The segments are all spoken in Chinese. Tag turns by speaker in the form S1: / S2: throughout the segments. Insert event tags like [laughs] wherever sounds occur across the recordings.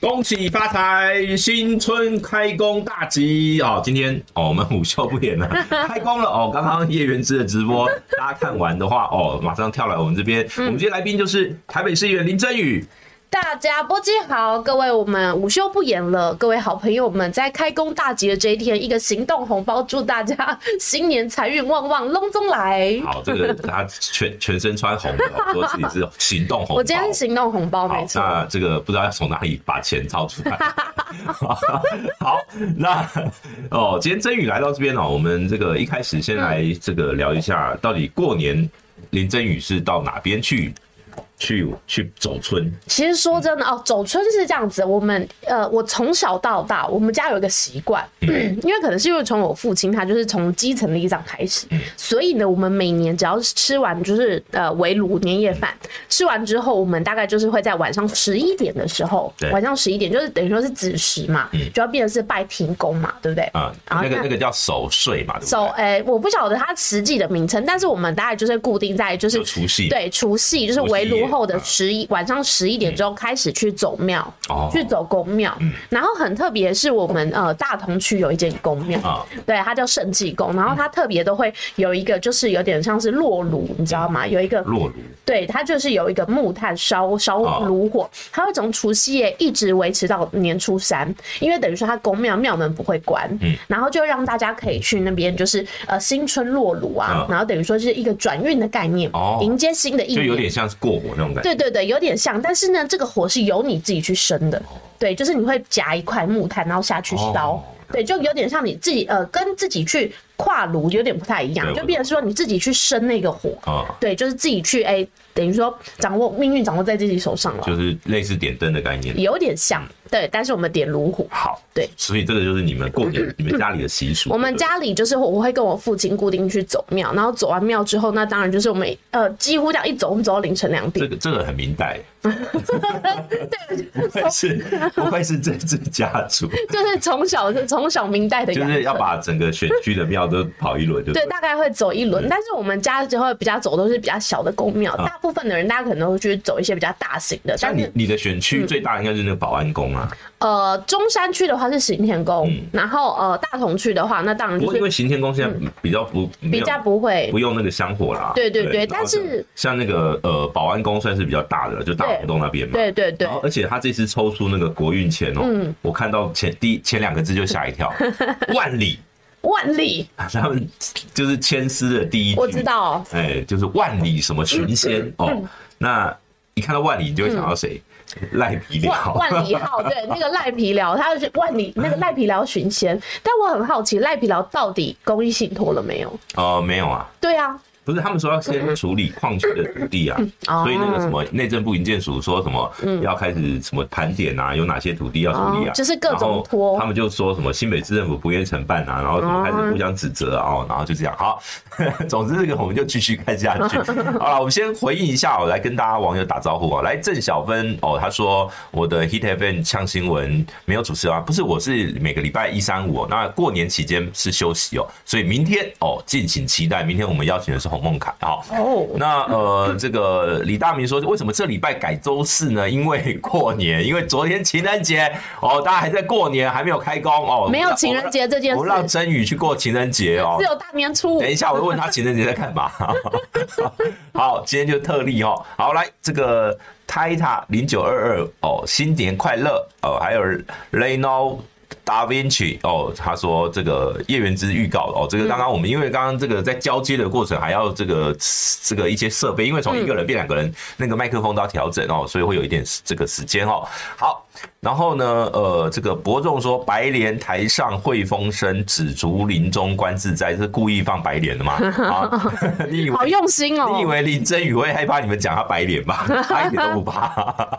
S1: 恭喜发财，新春开工大吉哦！今天哦，我们午休不演了，
S2: [laughs]
S1: 开工了哦。刚刚叶元之的直播，大家看完的话哦，马上跳来我们这边。
S2: 嗯
S1: 我们今天来宾就是台北市议员林真宇。
S2: 大家波机好，各位，我们午休不演了，各位好朋友们，在开工大吉的这一天，一个行动红包，祝大家新年财运旺旺，隆中来。
S1: 好，这个他全全身穿红的哦，说自己是行动红包。
S2: 我今天行动红包没
S1: 好，
S2: 错，
S1: 那这个不知道要从哪里把钱掏出
S2: [laughs]
S1: 来。好，那哦，今天真宇来到这边哦，我们这个一开始先来这个聊一下，到底过年林真宇是到哪边去去去走村？
S2: 其实说真的哦，走春是这样子。我们呃，我从小到大，我们家有一个习惯， [clears throat] 因为可能是因为从我父亲他就是从基层里长开始，所以呢，我们每年只要是吃完就是呃围炉年夜饭，吃完之后，我们大概就是会在晚上十一点的时候
S1: 对，
S2: 晚上十一点就是等于说是子时嘛，就要变成是拜天公嘛，对不对？
S1: 啊、
S2: 啊
S1: 那个
S2: 那
S1: 那个叫守岁嘛，对不
S2: 走，
S1: 对？
S2: 哎、我不晓得它实际的名称，但是我们大概就是固定在就是
S1: 就除夕
S2: 对除夕就是
S1: 除夕
S2: 围炉
S1: 夜
S2: 后的
S1: 啊
S2: 十一、晚上十一点钟开始去走庙，
S1: 哦嗯
S2: 去走公庙。然后很特别的是我们呃大同区有一间公庙，
S1: 啊
S2: 对，它叫圣济宫，然后
S1: 嗯
S2: 它特别都会有一个就是有点像是落炉，你知道吗？有一个
S1: 嗯落炉
S2: 对，它就是有一个木炭烧烧
S1: 哦
S2: 炉火，它会从除夕夜一直维持到年初三，因为等于说它宫庙庙门不会关，
S1: 嗯
S2: 然后就让大家可以去那边，就是呃新春落炉啊，
S1: 哦
S2: 然后等于说是一个转运的概念，
S1: 哦
S2: 迎接新的一
S1: 就
S2: 年，
S1: 有点像是过火那种感觉。
S2: 对对对，有点像，但是呢，这个火是由你自己去生的，对，就是你会夹一块木炭，然后下去烧，
S1: 哦
S2: 对，就有点像你自己呃跟自己去跨炉有点不太一样，
S1: 对
S2: 就变成说你自己去生那个火，
S1: 啊、
S2: 对，就是自己去哎、等于说掌握命运掌握在自己手上了，
S1: 就是类似点灯的概念。
S2: 有点像，对，但是我们点炉火。
S1: 好，
S2: 对
S1: 所以这个就是你们过
S2: [clears throat]
S1: 年你们家里的习俗。
S2: 我们家里就是我我会跟我父亲固定去走庙，然后走完庙之后，那当然就是我们呃几乎这样一走，我们走到凌晨两
S1: 这
S2: 点。
S1: 个这个很明代，不愧是不愧是政治家族，
S2: 就是从小就从小明代的
S1: 就
S2: 养
S1: 是要
S2: 成
S1: 把整个选区的庙都跑一轮，就
S2: 对，大概会走一
S1: 嗯
S2: 轮，但是我们家就会比较走都是比较小的公庙，大部分的人大家可能都会去走一些比较大型的，
S1: 啊像
S2: 但
S1: 你
S2: 是嗯
S1: 你的选区最大应该就是那个保安宫啊，
S2: 呃中山区的话是行天宫，然后呃大同区的话，那当然
S1: 嗯不过因
S2: 就是嗯
S1: 为行天宫现在比较不没
S2: 比
S1: 有
S2: 较不会
S1: 不用那个香火啦，
S2: 对对对
S1: 然后
S2: 但是
S1: 像像那个呃保安宫算是比较大的了，就大
S2: 对
S1: 龙洞那边嘛，
S2: 对嗯对对
S1: 然，后，而且他这次抽出那个国运钱哦，我看到前第一前两个字就吓一
S2: [laughs]
S1: 跳，万里，
S2: 万历
S1: 他们就是千丝的第一句，
S2: 我知道，
S1: 哎，就是万里什么群
S2: 嗯
S1: 仙哦。那一看到万里，你就会想到谁？赖皮
S2: 嗯万
S1: 了。
S2: 万里号对那个赖皮寮，他是万里那个赖皮寮巡仙，但我很好奇赖皮寮到底公益信托了没有？
S1: 哦，没有啊，
S2: 对啊，
S1: 不是他们说要先处理矿区的土地啊，
S2: 哦嗯
S1: 所以那个什么内政部营建署说什么要开始什么盘点啊，有哪些土地要处理啊
S2: 哦，就是各种
S1: 然后
S2: 拖哦
S1: 他们就说什么新北市政府不愿承办啊，然后什么开始互相指责啊，哦，然后就这样。好， [laughs] 总之这个我们就继续看下去。好了，我们先回应一下哦，来跟大家网友打招呼哦。来，郑小芬哦，他说我的 Hit FM 呛新闻没有主持啊，不是，我是每个礼拜一三五哦。那过年期间是休息哦，所以明天哦，敬请期待。明天我们邀请的是洪梦凯好。
S2: 哦，
S1: 那
S2: [laughs]
S1: 呃，这个李大明说，为什么这礼拜改周四呢？因为过年，因为昨天情人节哦，大家还在过年，还没有开工哦，
S2: 没有情人节这件事
S1: 我让真宇去过情人节哦
S2: 只。有大年初五
S1: 等一下，我问他情人节在干
S2: [laughs]
S1: 嘛。好，今天就特例哦。好，来这个 Tita 零九二二哦，新年快乐哦，还有 Reno。Da Vinci 哦，他说这个叶元之预告哦，这个刚刚我们因为刚刚这个在交接的过程还要这个这个一些设备，因为从一个人变两个人，那个麦克风都要调整哦，所以会有一点这个时间哦。好，然后呢，呃，这个伯仲说白莲台上会风生，紫竹林中观自在，是故意放白莲的吗？啊， [laughs] 你以为
S2: 好用心哦，
S1: 你以为林真宇会害怕你们讲他白脸吧？他一点都不怕。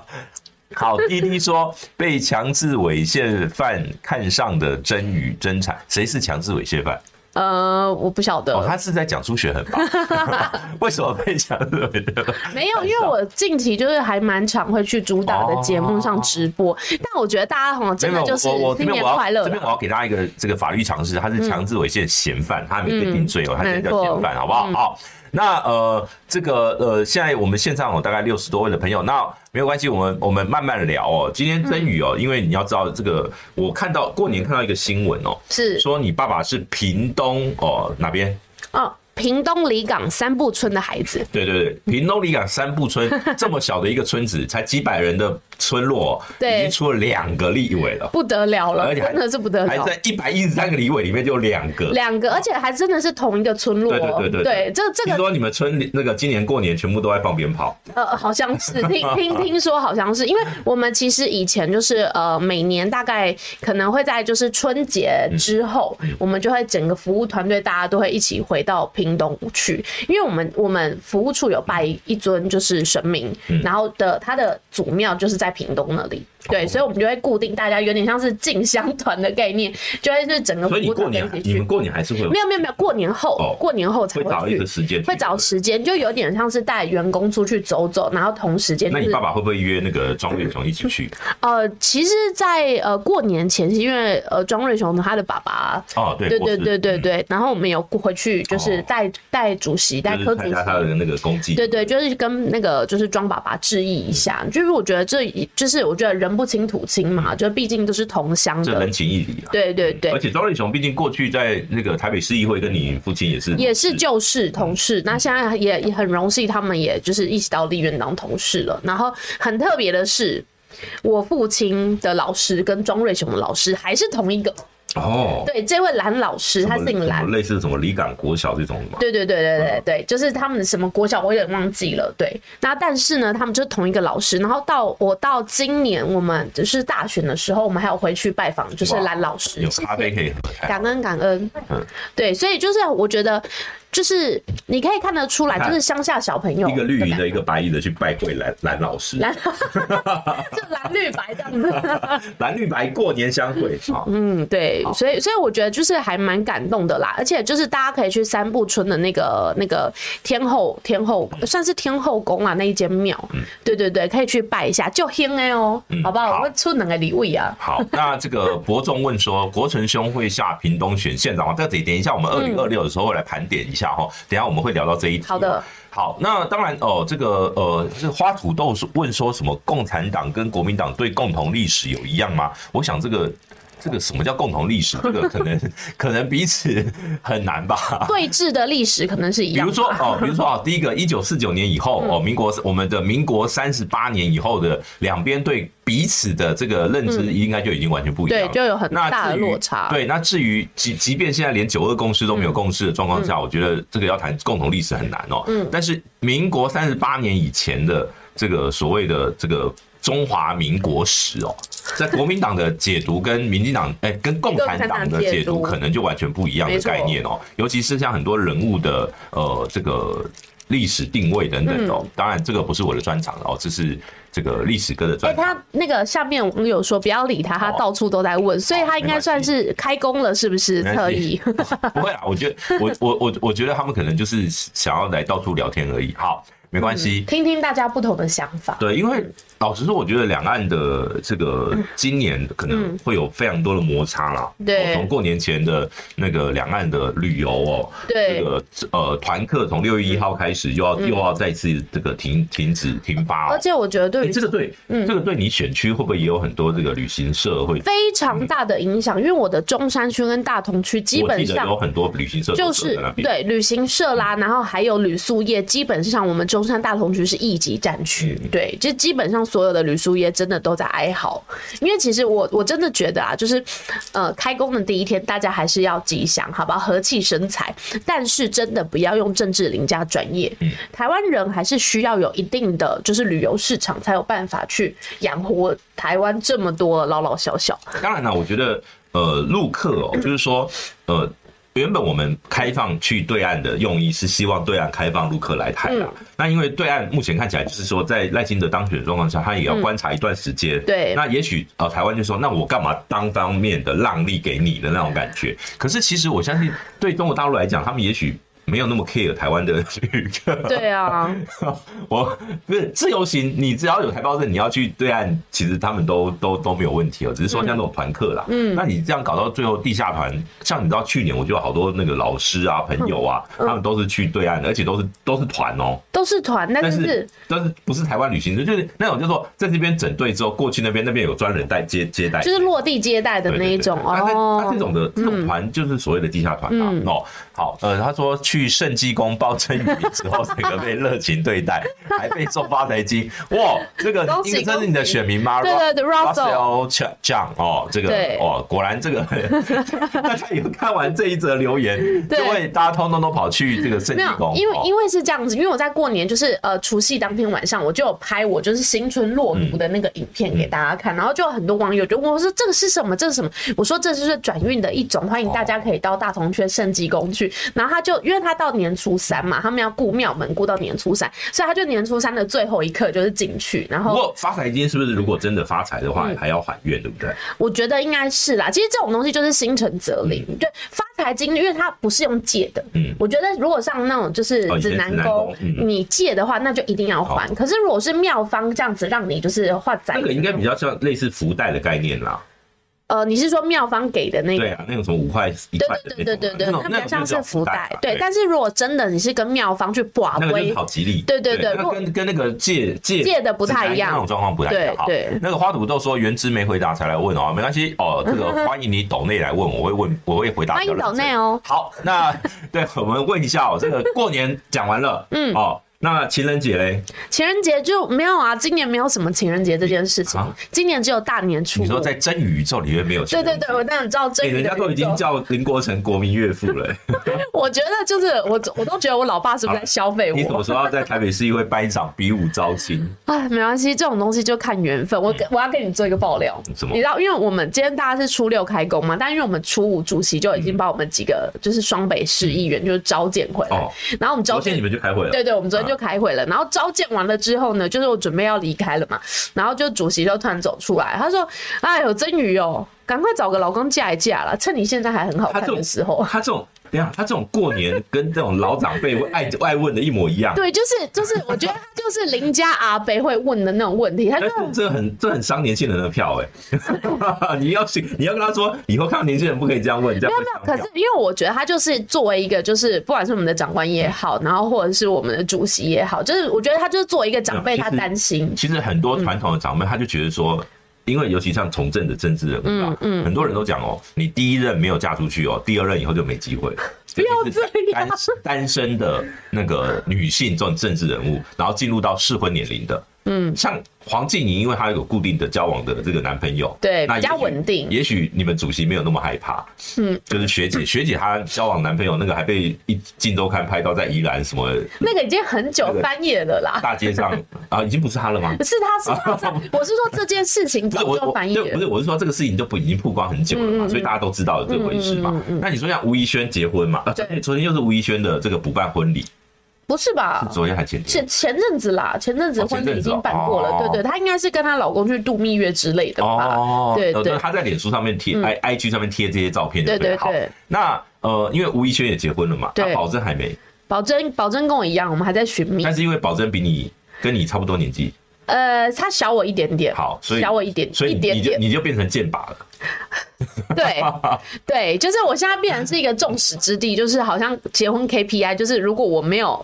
S1: 好，滴滴说被强制猥亵犯看上的真宇真惨，谁是强制猥亵犯？
S2: 呃，我不晓得，
S1: 哦，他是在讲朱雪恒吧？为什么被强制猥亵犯？
S2: 没有，因为我近期就是还蛮常会去主打的节目上直播，但我觉得大家好像真
S1: 哦没
S2: 的
S1: 有，
S2: 就是
S1: 我我这
S2: 新
S1: 边
S2: 年
S1: 我要
S2: 快乐嗯
S1: 这边我要给大家一
S2: 嗯
S1: 个这个法律常识，他是强制猥亵嫌犯，他还没被定罪哦，他现在叫嫌犯，好不好？好，那呃，这个呃，现在我们线上有大概六十多位的朋友，那没有关系，我们我们慢慢聊哦。今天真宇哦，
S2: 嗯
S1: 因为你要知道这个，我看到过年看到一个新闻哦，
S2: 是
S1: 说你爸爸是屏东哦哪边？
S2: 哦，屏东里港三步村的孩子，
S1: 对对对，
S2: 嗯
S1: 屏东里港三步
S2: [laughs]
S1: 村这么小的一个村子，才几百人的村落哦，
S2: 对
S1: 已经出了两个立委了，
S2: 不得了了，
S1: 而且还
S2: 真的是不得
S1: 还
S2: 了。
S1: 在一百一十三个立委里面就有两个。
S2: 两个，而且还真的是同一个村落哦。
S1: 对对对对对
S2: 这这
S1: 听
S2: 个
S1: 说你们村里那个今年过年全部都在放鞭炮，
S2: 呃，好像是听 [laughs] 听听说，好像是因为我们其实以前就是呃，每年大概可能会在就是春节之后，我们就会整个服务团队大家都会一起回到屏东去，因为我们我们服务处有拜一尊就是神明，然后的他的祖庙就是在屏东那里。对，所以我们就会固定大家，有点像是进香团的概念，就会是整个服
S1: 所以你
S2: 务
S1: 过
S2: 团队
S1: 年
S2: 一起去。
S1: 你们过年还是会有
S2: 没有没有没有，过年后，
S1: 哦
S2: 过年后才
S1: 会找
S2: 去
S1: 一个时间去
S2: 会找时间，就有点像是带员工出去走走，然后同时间
S1: 那
S2: 就
S1: 你
S2: 是
S1: 爸爸会不会约那个庄远雄一起
S2: [laughs]
S1: 去？
S2: 呃，其实在，呃过年前，因为呃庄瑞雄他的爸爸。
S1: 哦，对
S2: 对
S1: 过
S2: 对
S1: 世
S2: 对对
S1: 嗯
S2: 对，然后我们有回去，就是
S1: 哦
S2: 带带主席、带
S1: 就
S2: 科
S1: 是
S2: 主
S1: 参
S2: 席
S1: 加，他的那个公祭。
S2: 对对，就是跟那个就是庄爸爸致意一下。
S1: 嗯
S2: 就是我觉得这就是我觉得人不清土清嘛，就毕竟都是同乡
S1: 这
S2: 的
S1: 人，情义理啊。
S2: 对对对
S1: 而。且庄瑞雄毕竟过去在那个台北市议会跟你父亲也是嗯
S2: 也是旧事同事，那现在也也很荣幸，他们也就是一起到立院当同事了。然后很特别的是，我父亲的老师跟庄瑞雄的老师还是同一个，
S1: 哦，
S2: 对，这位蓝老师，他
S1: 什么
S2: 姓蓝
S1: 什么。类似什么离港国小这种的嘛。
S2: 对对对对对对，就是他们什么国小我有点忘记了，对。那但是呢，他们就是同一个老师。然后到我到今年我们就是大选的时候，我们还有回去拜访，就是
S1: 哇
S2: 蓝老师，
S1: 有
S2: 谢
S1: 咖
S2: 谢
S1: 啡可以喝，哎
S2: 感恩感恩
S1: 嗯，
S2: 对，所以就是我觉得，就是你可以看得出来，
S1: 看
S2: 就是乡下小朋友
S1: 一个绿营
S2: 感
S1: 的，一个白营的去拜会蓝蓝老师，
S2: 蓝， [laughs] 就蓝绿白这
S1: [laughs]
S2: 样
S1: 嗯
S2: 子，
S1: 蓝绿白过年相 [laughs] 会啊。
S2: 嗯，对
S1: 好，
S2: 所以所以我觉得就是还蛮感动的啦，而且就是大家可以去三步村的那个那个天后天后算是天后宫啊那一间庙，对对对，可以去拜一下，就兴哎哦，好不好？
S1: 嗯好
S2: 我会出两个礼物啊，
S1: 好，那这个伯仲问说，国成兄会下屏东选县长吗？这等等一下，我们二零二六的时候会来盘点一下哈。等一下我们会聊到这一题。
S2: 好的。
S1: 好，那当然哦，这个呃，是花土豆是问说什么共产党跟国民党对共同历史有一样吗？我想这个。这个什么叫共同历史？这个可能 [laughs] 可能彼此很难吧。
S2: 对峙的历史可能是一
S1: 比
S2: 样
S1: 如
S2: 的，
S1: 说哦，比如说哦，第一个一九四九年以后
S2: 嗯
S1: 哦，民国我们的民国三十八年以后的两边对彼此的这个认知应该就已经完全不一样了。
S2: 嗯对，就有很
S1: 那
S2: 大的
S1: 至于
S2: 落差，嗯
S1: 对，那至于即即便现在连九二共识都没有共识的状况下，我觉得这个要谈共同历史很难哦。嗯，但是民国三十八年以前的这个所谓的这个。中华民国史哦，在国民党的解读跟民进党哎、跟共产党的解读
S2: 共产党解读
S1: 可能就完全不一样的
S2: 没错
S1: 概念哦，尤其是像很多人物的呃这个历史定位等等
S2: 嗯
S1: 哦，当然这个不是我的专长哦，这是这个历史哥的
S2: 哎、
S1: 专长。
S2: 他那个下面网友说不要理他，他
S1: 啊哦
S2: 到处都在问，所以他应该算是开工了，是不是？
S1: 没
S2: 特
S1: 关
S2: 意
S1: [laughs] 系不会啦，我觉得我我我我觉得他们可能就是想要来到处聊天而已。好，没关系。
S2: 听听大家不同的想法。
S1: 对，因为老实说，我觉得两岸的这个
S2: 嗯
S1: 今年可能会有非常多的摩擦啦。
S2: 对
S1: 哦从过年前的那个两岸的旅游哦，
S2: 对嗯
S1: 这个呃团客从六月一号开始又要又要再次这个停停止停发哦
S2: 而。且我觉得对
S1: 哎，
S2: 于
S1: 这个对，
S2: 嗯
S1: 这个对你选区会不会也有很多这个旅行社会？
S2: 非
S1: 嗯
S2: 常大的影响，因为我的中山区跟大同区基
S1: 我
S2: 本
S1: 记得有
S2: 上。
S1: 很多旅行社
S2: 就
S1: 都
S2: 是
S1: 在那边。
S2: 对旅行社啦，然后还有旅宿业，基本上我们中山大同区是一级战区，
S1: 嗯
S2: 对，就基本上所有的旅宿业真的都在哀嚎，因为其实我我真的觉得啊，就是呃开工的第一天，大家还是要吉祥，好不好？和气生财，但是真的不要用政治凌驾专业。
S1: 嗯
S2: 台湾人还是需要有一定的就是旅游市场，才有办法去养活台湾这么多老老
S1: [laughs]
S2: 小小。
S1: 当然了，我觉得呃，陆客哦，就是说呃，原本我们开放去对岸的用意是希望对岸开放陆客来台啦。那因为对岸目前看起来就是说，在赖清德当选的状况下，他也要观察一段时间。
S2: 对
S1: 那也许呃，台湾就说，那我干嘛单方面的让利给你的那种感觉？可是其实我相信，对中国大陆来讲，他们也许。没有那么 care 台湾的 [laughs] 旅客。
S2: 对啊，
S1: 我不是自由行，你只要有台胞证，你要去对岸，其实他们都都都没有问题哦。只是说像那种团客啦，嗯，那你这样搞到最后地下团，像你知道去年我就有好多那个老师啊、朋友啊，
S2: 嗯
S1: 他们都是去对岸的，而且都是都是团哦、
S2: 都是团，但
S1: 但
S2: 嗯是
S1: 是但是不是台湾旅行社，就是那种叫做在这边整队之后过去那边，那边有专人带接接待，
S2: 就是落地接待的
S1: 对对
S2: 那一
S1: 对
S2: 种
S1: 那那
S2: 哦。嗯
S1: 那这种的这种团就是所谓的地下团啊。哦，好，呃，他说去圣济宫包蒸鱼之后，整个被热情对待，还被送发财金。哇，这个
S2: 恭喜
S1: 因为这
S2: 恭
S1: 是你的
S2: 喜
S1: 选民吗？
S2: 对对对
S1: Russell Ch- Chang 哦，这个
S2: 对
S1: 哦，果然
S2: [laughs]
S1: 这个大家有看完这一则留言，
S2: 对
S1: 就会大家通通都跑去这个圣
S2: 没
S1: 济
S2: 有，
S1: 宫，
S2: 因为
S1: 哦
S2: 因为是这样子，因为我在过年就是呃除夕当天晚上，我就有拍我就是新春落幕的那个影片给大家
S1: 嗯
S2: 看，然后就有很多网友就问我说这个是什么，这是什么？我说这就是转运的一种，欢迎大家可以到大同区圣济宫去。然后他就因为他到年初三嘛，他们要顾庙门顾到年初三，所以他就年初三的最后一刻就是进去，然
S1: 不
S2: 后
S1: 过发财金是不是如果真的发财的话，
S2: 嗯
S1: 还要还愿，对不对？
S2: 我觉得应该是啦。其实这种东西就是心诚则灵，对发财金，因为它不是用借的。
S1: 嗯
S2: 我觉得如果像那种就是
S1: 哦以前
S2: 指南
S1: 指南
S2: 宫
S1: 宫，嗯
S2: 你借的话，那就一定要还。可是如果是妙方这样子让你就是化财
S1: 那，个应该比较像类似福袋的概念啦，
S2: 呃，你是说妙方给的那个
S1: 对？啊，那种什么五块一
S2: 对
S1: 块的
S2: 对对对对
S1: 那
S2: 对，
S1: 种
S2: 它比
S1: 那种
S2: 较像
S1: 那种就是叫
S2: 福袋
S1: 嘛，
S2: 对。但是如果真的你是跟妙方去把
S1: 那个就是
S2: 龟，
S1: 好吉利，
S2: 对对对如
S1: 那
S2: 果
S1: 跟跟那个借借
S2: 借的不太一样
S1: 那种状况不太一样。
S2: 对
S1: 好
S2: 对
S1: 那个花土豆说原汁没回答才来问哦，没关系哦，这个欢迎你抖内来问，我会问，我会回答。
S2: 欢迎岛内。哦。
S1: 好，那 [laughs] 对我们问一下哦，这个过年讲完了，嗯哦，那情人节嘞？
S2: 情人节就没有啊，今年没有什么情人节这件事情
S1: 啊，
S2: 今年只有大年初五。
S1: 你说在真宇宇宙里面没有情
S2: 对
S1: 人节？
S2: 对对，我当然知道这
S1: 哎，
S2: 个
S1: 人家都已经叫林国成国民岳父了、
S2: [laughs] 我觉得就是我，我都觉得我老爸是不是在消费
S1: 你什么
S2: 我？
S1: 时候要在台北市议会办一场比武招亲？
S2: 哎，没关系，这种东西就看缘分。我跟我要跟你做一个爆料，
S1: 嗯什么
S2: 你知道，因为我们今天大家是初六开工嘛，但因为我们初五主席就已经把我们几个就是双北市议员就是召见回来，
S1: 嗯哦
S2: 然后我们召
S1: 昨天
S2: 见
S1: 你。们就开会了，
S2: 对对，我们昨天就开会了，然后召见完了之后呢，就是我准备要离开了嘛，然后就主席就突然走出来，他说：“哎呦，真宇哦，赶快找个老公嫁一嫁啦，趁你现在还很好
S1: 他
S2: 看
S1: 这
S2: 的
S1: 种
S2: 时候。”
S1: 他这种，等一下，他这种过年跟这种老长辈会爱爱问的一模一样。
S2: [laughs] 对，就是就是，我觉得他就是邻家阿伯会问的那种问题，他就
S1: 但是哎这很这很伤年轻人的票哎、 [laughs] 你要是你要跟他说，以后看到年轻人不可以这样问，这
S2: 没
S1: 样
S2: 有
S1: 会
S2: 没
S1: 伤
S2: 有，可
S1: 票
S2: 是。因为我觉得他就是作为一个，就是不管是我们的长官也好，然后或者是我们的主席也好，就是我觉得他就是作为一个长辈，
S1: 嗯其
S2: 他
S1: 实
S2: 担心。
S1: 其实很多传
S2: 嗯
S1: 统的长辈，他就觉得说。因为尤其像从政的政治人物啊，
S2: 嗯
S1: 很多人都讲哦，你第一任没有嫁出去哦，第二任以后就没机会了。不
S2: 要这样
S1: 单单身的那个女性这种政治人物，然后进入到适婚年龄的，嗯，像黄静怡，因为她有固定的交往的这个男朋友，
S2: 对
S1: 那
S2: 比较
S1: 也许
S2: 稳定
S1: 也许你们主席没有那么害怕，嗯，就是学
S2: [laughs]
S1: 姐，学姐她交往男朋友那个还被一《镜周刊》拍到在宜兰什么
S2: 那个已经很久
S1: 那个
S2: 翻页了啦，
S1: 大街
S2: [laughs]
S1: 上啊，已经不是她了吗？
S2: 不是他是他在，
S1: [laughs]
S2: 我是说这件事情
S1: 不是
S2: 早
S1: 我
S2: 就
S1: 我
S2: 翻页
S1: 对不
S2: 了。
S1: 是我是说这个事情就不已经曝光很久了
S2: 嗯
S1: 嘛，所以大家都知道有这回事嘛。那你说像吴一轩结婚嘛？啊，昨
S2: 对
S1: 天昨天又是吴一轩的这个补办婚礼，
S2: 不是吧？
S1: 昨天还前天
S2: 前前阵子啦，前阵子
S1: 哦
S2: 婚
S1: 前
S2: 礼
S1: 阵
S2: 已
S1: 子哦
S2: 经办过了，
S1: 哦哦哦
S2: 对对，她应该是跟她老公去度蜜月之类的吧？
S1: 哦，
S2: 对
S1: 呃
S2: 对嗯
S1: 他在脸书上面贴 i i g 上面贴这些照片，
S2: 对
S1: 不对？
S2: 对
S1: 好
S2: 对，
S1: 那呃，因为吴一轩也结婚了嘛，
S2: 对
S1: 他保证还没，
S2: 保真保真跟我一样，我们还在寻觅
S1: 但。是因为保证比你跟你差不多年纪，
S2: 呃，他小我一点点，
S1: 好所以
S2: 小我一点，
S1: 所以
S2: 一点
S1: 你就
S2: [laughs] 点，
S1: 你就变成剑拔了。 [laughs]
S2: 对对，就是我现在必然是一个众矢之的，就是好像结婚 KPI，就是如果我没有。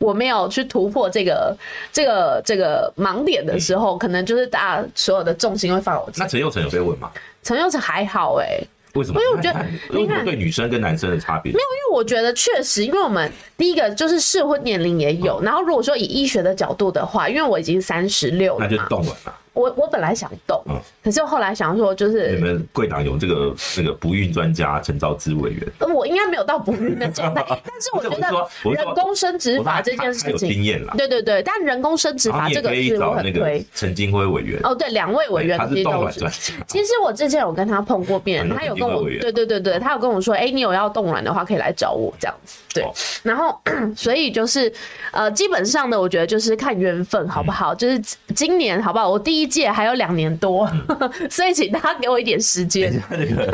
S2: 我没有去突破这个这个这个盲点的时
S1: 嗯
S2: 候，可能就是大家所有的重心会放我。
S1: 那陈佑成有被问吗？
S2: 陈佑成还好哎、
S1: 为什么？
S2: 因为我觉得
S1: 你看为
S2: 你看
S1: 什么对女生跟男生的差别？
S2: 因为我觉得确实，因为我们第一个就是适婚年龄也有，然后如果说以医学的角度的话，因为我已经三十六
S1: 那
S2: 了
S1: 就
S2: 嘛，
S1: 动了嘛。
S2: 我我本来想动
S1: 嗯，
S2: 可是后来想说就是
S1: 你们贵党有这个那个不孕专家陈昭之委员，
S2: 我应该没有到不孕的
S1: [laughs]
S2: 状态，但是我觉
S1: 不
S2: 得
S1: 是我是说我是说
S2: 人工生殖
S1: 我说
S2: 法
S1: 他
S2: 这件
S1: 他
S2: 事
S1: 有
S2: 情，
S1: 经验啦。
S2: 对对对，但人工生殖
S1: 然后
S2: 法
S1: 你
S2: 这
S1: 也
S2: 个
S1: 可以
S2: 是我
S1: 找那
S2: 很
S1: 个
S2: 推。
S1: 陈金辉委员，
S2: 哦，对，两位委员
S1: 他
S2: 其
S1: 是
S2: 实
S1: 动
S2: 都
S1: 卵
S2: 是
S1: 专。家。
S2: 其实我之前有跟他碰过面，
S1: 嗯
S2: 他有
S1: 那
S2: 跟我，
S1: 你委员哦
S2: 对对对对，他有跟我说，哎、你有要冻卵的话，可以来找我这样子。对，
S1: 哦
S2: 然后 [clears throat] 所以
S1: 嗯
S2: 就是，呃，基本上呢，我觉得就是看缘分好不好，就是今年好不好？我第一届还有两年多， [laughs] 所以请大家给我一点时间。
S1: [laughs] 他这个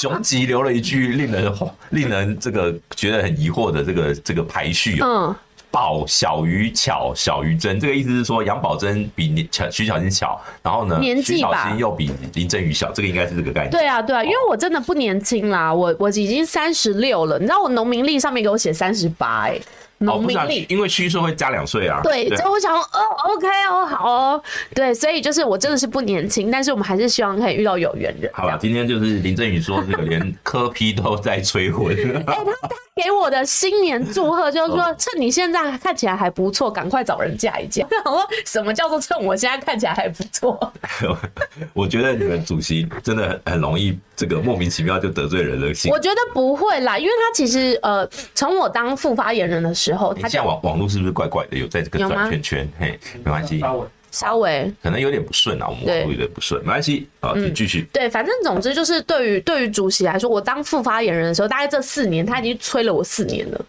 S1: 熊吉留了一句令人令人这个觉得很疑惑的这个这个排序哦，
S2: 嗯，
S1: 宝小于巧小于真，这个意思是说杨宝珍比你巧徐小新小，然后呢，
S2: 年纪
S1: 徐小
S2: 吧
S1: 新又比林振宇小，这个应该是这个概念。
S2: 对啊，对啊，因为我真的不年轻啦，我我已经三十六了，你知道我农民历上面给我写三十八，哎，
S1: 哦，
S2: 农
S1: 不
S2: 民
S1: 是、啊
S2: 历，。
S1: 因为虚岁会加两岁啊。
S2: 对，所以我想说，哦，OK 哦，好哦，对，所以就是我真的是不年轻，但是我们还是希望可以遇到有缘人。
S1: 好了，啊今天就是林振宇说这个连柯批都在催婚，
S2: 哎、他他给我的新年祝贺就是说
S1: 嗯，
S2: 趁你现在看起来还不错，赶快找人嫁一嫁。 [laughs] 我说什么叫做趁我现在看起来还不错？
S1: [laughs] 我觉得你们主席真的很很容易这个莫名其妙就得罪人的心
S2: 我。觉得不会啦，因为他其实呃，从我当副发言人的时候，
S1: 你
S2: 他
S1: 现在
S2: 就
S1: 网网络是不是怪怪的？有在这个
S2: 有吗
S1: 转圈圈，嘿，没关系，
S3: 稍微
S2: 稍微
S1: 可能有点不顺啊，我们
S2: 对嗯
S1: 网络有点不顺，没关系啊，你继续。
S2: 对，反正总之就是对于对于主席来说，我当副发言人的时候，大概这四年他已经催了我四
S1: [laughs]
S2: 年了，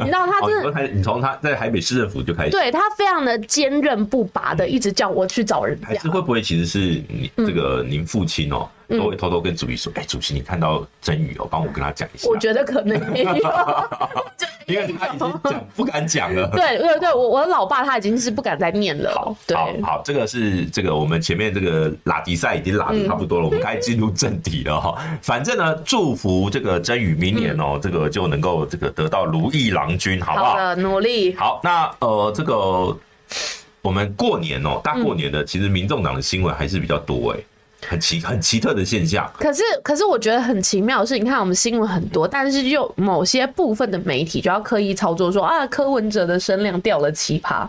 S2: 你知道他
S1: 哦，
S2: 真
S1: 你
S2: 的
S1: 说他，你从他在台北市政府就开始，
S2: 对他非常的坚韧不拔的，一直叫我去找人
S1: 还
S2: 家
S1: 是。会不会其实是你
S2: 嗯
S1: 这个您父亲哦，都会偷偷跟主席说，哎，主席你看到真宇哦，帮我跟他讲一下，
S2: 我觉得
S1: [laughs]
S2: 可能也有，
S1: 因为他已经讲不敢讲了。
S2: 对对对，我我老爸他已经是不敢再念了，对，
S1: 好好，这个是这个我们前面这个拉迪赛已经拉
S2: 嗯
S1: 的差不多了，
S2: [laughs]
S1: 我们该进入正题了哈。反正呢，祝福这个真宇明年哦，这个就能够这个得到如意郎君，好不好？
S2: 好的，努力，
S1: 好，那呃，这个我们过年哦，大过年的，
S2: 嗯
S1: 其实民众党的新闻还是比较多哎、很奇很奇特的现象。
S2: 可是，可是我觉得很奇妙的是，你看我们新闻很多，但是又某些部分的媒体就要刻意操作说啊，柯文哲的声量掉了奇葩。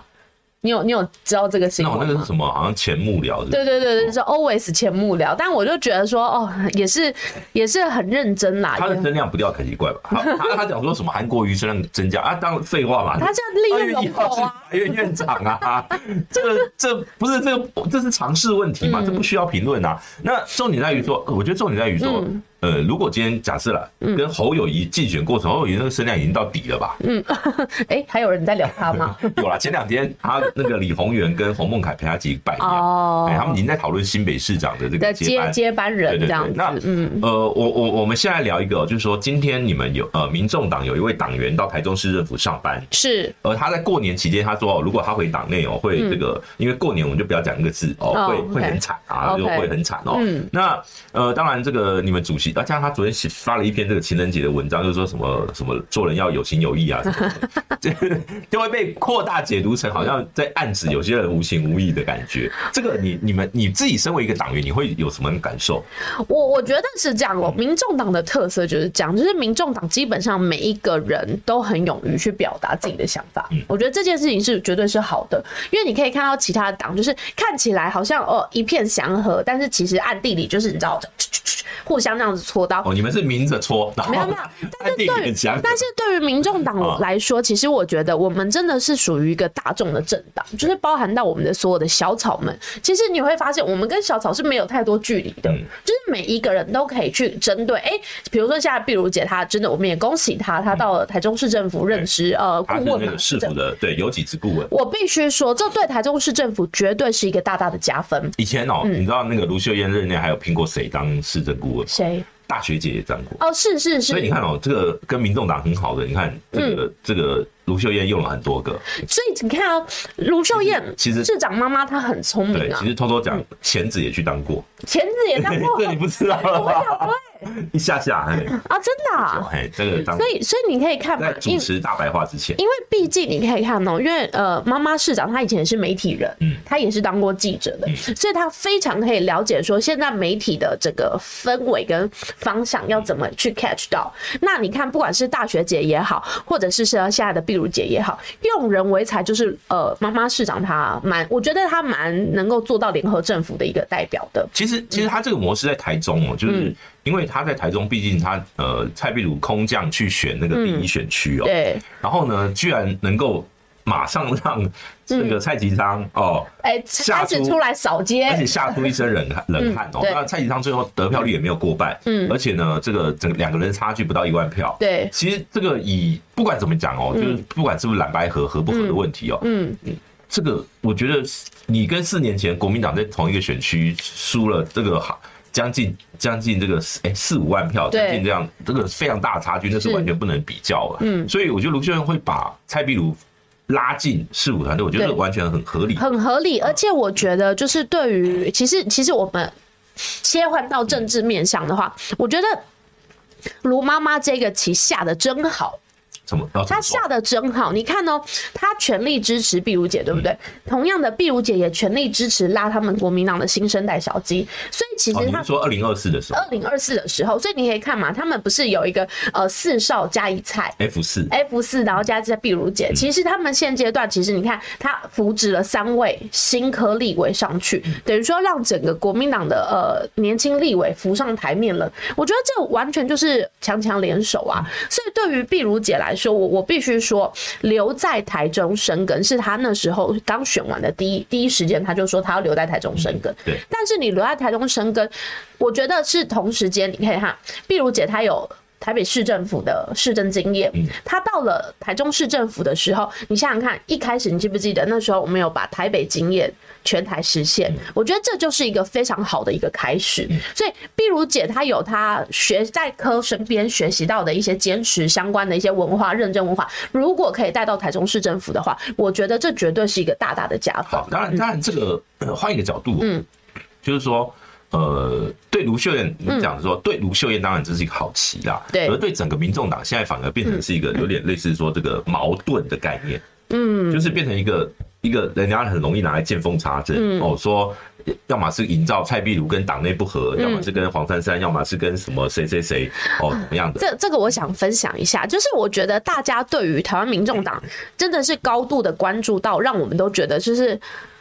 S2: 你有你有知道这个新
S1: 那我那
S2: 闻
S1: 个
S2: 吗
S1: 是？什么？好像前幕僚是不是
S2: 对对对对，是 always 前幕僚，但我就觉得说，哦，也是也是很认真啦。
S1: 他的声量不掉才奇怪吧？他他他讲说什么韩国瑜声量增加啊？当然废话嘛。
S2: 他现在历
S1: 二
S2: 任
S1: 月一
S2: 龙
S1: 号
S2: 头
S1: 是
S2: 啊，
S1: 法院院长啊，这个这不是这个这是常识问题嘛，这不需要评论啊。那重点在于说，我觉得重点在于说，
S2: 嗯
S1: 呃，如果今天假设了跟侯友谊竞选过程，侯友谊那个声量已经到底了吧？
S2: 哎，还有人在聊他
S1: [laughs]
S2: 吗？
S1: 有啦，前两天他那个李宏源跟洪孟凯陪他几百年，
S2: 哦
S1: 哎，他们已经在讨论新北市长的这个
S2: 的
S1: 接
S2: 接
S1: 班。
S2: 接班人
S1: 对对
S2: 这
S1: 对
S2: 样，子
S1: 那，
S2: 嗯，
S1: 呃，我我我们现在聊一个，就是说今天你们有呃，民众党有一位党员到台中市政府上班，
S2: 是
S1: 而他在过年期间他说，哦，如果他回党内哦，会这个，因为过年我们就不要讲那个字哦，
S2: 嗯哦
S1: 会
S2: OK
S1: 会很惨啊，
S2: OK
S1: 就会很惨哦
S2: 嗯。
S1: 那呃，当然这个你们主席，啊，加上他昨天写发了一篇这个情人节的文章，就说什么什么做人要有情有义啊，什么 [laughs] 的就就会被扩大解读成好像在暗指有些人无情无义的感觉。这个你你们你自己身为一个党员，你会有什么感受？
S2: 我我觉得是这样哦。民众党的特色就是这样，就是民众党基本上每一个人都很勇于去表达自己的想法。
S1: 嗯
S2: 我觉得这件事情是绝对是好的，因为你可以看到其他的党就是看起来好像哦一片祥和，但是其实暗地里就是你知道，互相这样子戳刀。
S1: 哦，你们是明着戳，然后
S2: 没有没有，但是
S1: 暗地里
S2: 对
S1: 很
S2: 于
S1: 想，
S2: 但是对于民众
S1: 啊
S2: 党来说，其实我觉得我们真的是属于一个大众的政党，就是包含到我们的所有的小草们。其实你会发现，我们跟小草是没有太多距离的，
S1: 嗯
S2: 就是每一个人都可以去针对。哎、比如说现在碧如姐她真的，我们也恭喜她，她到了台中市政府任职、呃顾
S1: 他是
S2: 问
S1: 那
S2: 嘛
S1: 个，市府的，对，有几支顾问。
S2: 我必须说，这对台中市政府绝对是一个大大的加分。
S1: 以前
S2: 嗯
S1: 哦，你知道那个卢秀燕任内还有评过谁当市政顾问吗？
S2: 谁？
S1: 大学姐也当过。
S2: 哦，是是是，嗯
S1: 所以你看哦，这个跟民众党很好的，你看这个、这个卢秀燕用了很多个，
S2: 所以你看啊，卢秀燕
S1: 其实
S2: 市长妈妈她很聪明
S1: 对，
S2: 啊哦
S1: 其，实偷偷讲，钳子也去当过，
S2: 钳子
S1: [laughs]
S2: 也当过
S1: 这你不知道了
S2: [laughs]
S1: 吧？一下下，哎，
S2: 啊，真的、啊。
S1: 哎，这个当
S2: 所以，所以你可以看嘛
S1: 在，
S2: 因
S1: 主持大白话之前，
S2: 因为毕竟你可以看哦，因为呃，妈妈市长她以前是媒体人，
S1: 嗯
S2: 她也是当过记者的，所以她非常可以了解说现在媒体的这个氛围跟方向要怎么去 catch 到。那你看，不管是大学姐也好，或者是像现在的碧如姐也好，用人为才就是呃，妈妈市长她蛮，我觉得她蛮能够做到联合政府的一个代表的。
S1: 其实其实他这个模式在台中哦，
S2: 嗯
S1: 就是因为他在台中，毕竟他呃蔡壁如空降去选那个第一选区哦，
S2: 嗯对，
S1: 然后呢，居然能够马上让这
S2: 嗯
S1: 个蔡其昌、哦。
S2: 哎、
S1: 下
S2: 开始
S1: 出
S2: 出来扫街，
S1: 而且吓出一身冷汗冷汗哦。
S2: 对
S1: 那蔡其昌最后得票率也没有过半，嗯，而且呢，这个整两个人差距不到一万票，。
S2: 对，
S1: 其实这个以不管怎么讲哦，就是不管是不是蓝白合合不合的问题哦，嗯，这个我觉得你跟四年前国民党在同一个选区输了这个好将近将近这个四哎四五万票，
S2: 对
S1: 将近这样这个非常大的差距，那是
S2: 是
S1: 完全不能比较了。嗯，所以我觉得卢秀燕会把蔡壁如拉进市府团队，我觉得
S2: 对
S1: 这完全很合理。
S2: 很合
S1: 嗯
S2: 理，而且我觉得就是对于其实其实我们切换到政治面向的话，我觉得卢妈妈这个棋下的真好，
S1: 怎么？要怎
S2: 她
S1: 么说
S2: 下的真好。你看哦，她全力支持碧如姐，对不
S1: 嗯
S2: 对？同样的，碧如姐也全力支持拉他们国民党的新生代小鸡，所以其
S1: 哦，
S2: 实
S1: 你
S2: 她
S1: 是说二零二四的时候
S2: 二零二四的时候，所以你可以看嘛，他们不是有一个呃四少加一菜，
S1: F 四？
S2: F 四，然后加这碧如姐，其实他们现阶段，其实你看，他扶植了三位新科立委上去，等于说让整个国民党的呃年轻立委浮上台面了。我觉得这完全就是强强联手啊！所以对于碧如姐来说，我我必须说，留在台中生根是她那时候刚选完的第一第一时间，她就说她要留在台中生根。
S1: 对
S2: 但是你留在台中生根，我觉得是同时间，你可以看，碧如姐她有台北市政府的市政经验，她到了台中市政府的时候，你想想看，一开始你记不记得那时候我们有把台北经验全台实现？我觉得这就是一个非常好的一个开始。所以碧如姐她有她学在科身边学习到的一些坚持相关的一些文化认证文化，如果可以带到台中市政府的话，我觉得这绝对是一个大大的加分。
S1: 好，当然，当然，这个呃换一个角度，嗯，就是说，呃，对卢秀燕，你讲说，对卢秀燕，当然这是一个好棋啦，
S2: 对
S1: 而对整个民众党现在反而变成是一个有点类似说这个矛盾的概念，嗯，就是变成一个一个人家很容易拿来见缝插针，哦，说。要么是营造蔡壁如跟党内不和，要么是跟黄珊珊，要么是跟什么谁谁谁哦怎么样的，
S2: 这这个我想分享一下，就是我觉得大家对于台湾民众党真的是高度的关注到，让我们都觉得就是。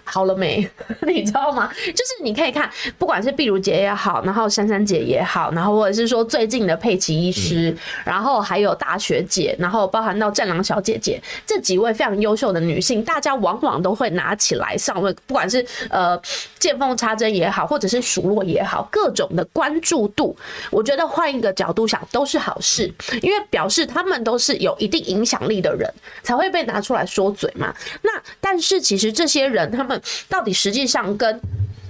S2: 好了没？ [laughs] 你知道吗？就是你可以看，不管是碧如姐也好，然后珊珊姐也好，然后或者是说最近的佩奇医师，然后还有大学姐，然后包含到战狼小姐姐这几位非常优秀的女性，大家往往都会拿起来上位，不管是呃见缝插针也好，或者是数落也好，各种的关注度，我觉得换一个角度想都是好事，因为表示他们都是有一定影响力的人，才会被拿出来说嘴嘛。那但是其实这些人他们到底实际上跟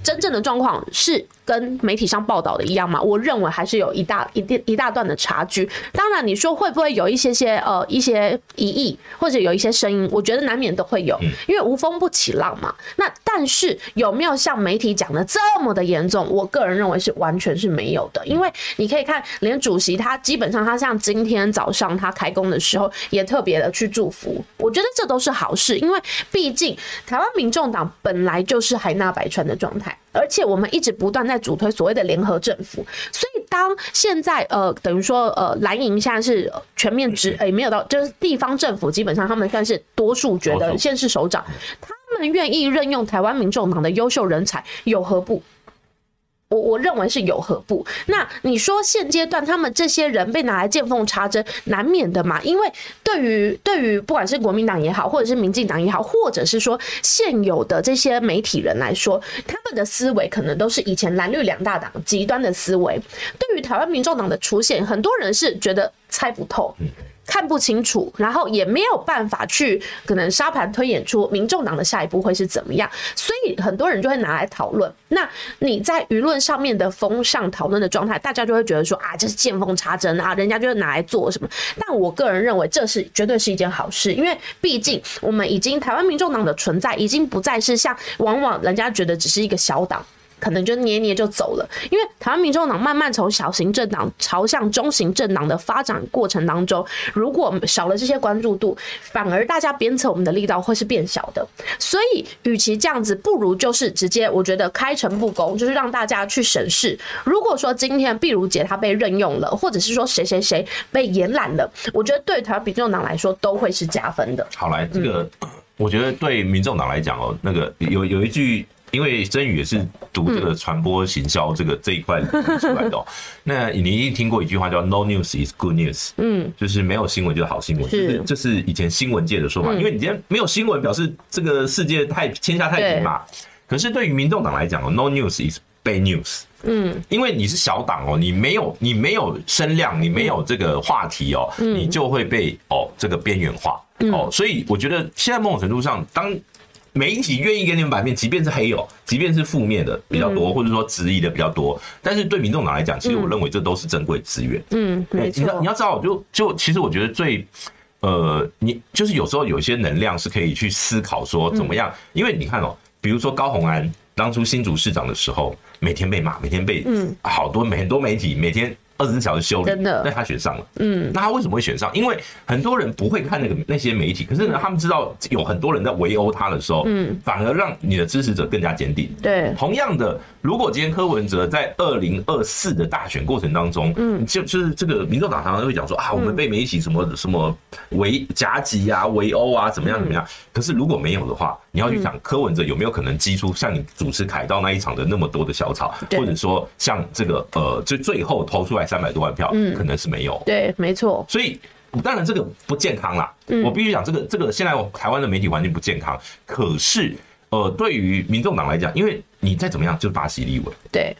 S2: 真正的状况是跟媒体上报道的一样吗？我认为还是有一大一定一大段的差距。当然，你说会不会有一些些呃一些疑义，或者有一些声音，我觉得难免都会有，因为无风不起浪嘛。那但是有没有像媒体讲的这么的严重？我个人认为是完全是没有的，因为你可以看，连主席他基本上他像今天早上他开工的时候，也特别的去祝福，我觉得这都是好事，因为毕竟台湾民众党本来就是海纳百川的状态，而且我们一直不断在主推所谓的联合政府，所以当现在呃等于说呃蓝营现在是全面执，诶、没有到就是地方政府基本上他们算是多数决
S1: 多
S2: 的
S1: 数
S2: 县市首长，他们愿意任用台湾民众党的优秀人才，有何不？我我认为是有何不？那你说现阶段他们这些人被拿来见缝插针，难免的嘛？因为对于对于不管是国民党也好，或者是民进党也好，或者是说现有的这些媒体人来说，他们的思维可能都是以前蓝绿两大党极端的思维。对于台湾民众党的出现，很多人是觉得猜不透。看不清楚，然后也没有办法去可能沙盘推演出民众党的下一步会是怎么样，所以很多人就会拿来讨论。那你在舆论上面的风尚讨论的状态，大家就会觉得说啊，这是见缝插针啊，人家就是拿来做什么。但我个人认为这是绝对是一件好事，因为毕竟我们已经台湾民众党的存在已经不再是像往往人家觉得只是一个小党。可能就捏捏就走了，因为台湾民众党慢慢从小型政党朝向中型政党的发展过程当中，如果少了这些关注度，反而大家鞭策我们的力道会是变小的。所以，与其这样子，不如就是直接，我觉得开诚布公，就是让大家去审视。如果说今天碧如姐她被任用了，或者是说谁谁谁被延揽了，我觉得对台湾民众党来说都会是加分的。
S1: 好来，这个、我觉得对民众党来讲哦，那个有有一句，因为曾宇也是读这个传播行销这个、这一块出来的 [laughs] 哦。那你一定听过一句话叫 “No news is good news”，嗯，就是没有新闻就是好新闻，
S2: 是
S1: 就是嗯这是以前新闻界的说法。因为你今天没有新闻，表示这个世界太天下太平嘛。可是对于民众党来讲哦，“No news is bad news”，因为你是小党哦，你没有你没有声量，你没有这个话题哦，嗯你就会被哦这个边缘化、哦，所以我觉得现在某种程度上，当媒体愿意给你们版面，即便是黑哦，即便是负面的比较多，或者说质疑的比较多，但是对民众党来讲，其实我认为这都是珍贵资源。
S2: 嗯，没
S1: 对哎你要
S2: 错
S1: 你，要知道，就就其实我觉得最。呃，你就是有时候有一些能量是可以去思考说怎么样，
S2: 嗯
S1: 因为你看哦，比如说高虹安当初新竹市长的时候，每天被骂，每天被
S2: 嗯
S1: 好多很多媒体每天二十四小时修理，
S2: 真的
S1: 但他选上了。
S2: 嗯，
S1: 那他为什么会选上？因为很多人不会看那个那些媒体，可是呢，他们知道有很多人在围殴他的时候，
S2: 嗯，
S1: 反而让你的支持者更加坚定。
S2: 对，
S1: 同样的，如果今天柯文哲在二零二四的大选过程当中，嗯，就就是这个民众党常常会讲说啊，我们被媒体什么
S2: 嗯
S1: 什么围夹击啊、围殴啊，怎么样怎么
S2: 嗯
S1: 样。可是如果没有的话，你要去想柯文哲有没有可能激出像你主持凯道那一场的那么多的小草，
S2: 对
S1: 或者说像这个呃，最最后投出来三百多万票，
S2: 嗯
S1: 可能是没有。
S2: 对，没错，
S1: 所以当然这个不健康啦，
S2: 嗯
S1: 我必须讲这个这个现在我台湾的媒体环境不健康，可是呃，对于民众党来讲，因为你再怎么样就是巴西立委，
S2: 对，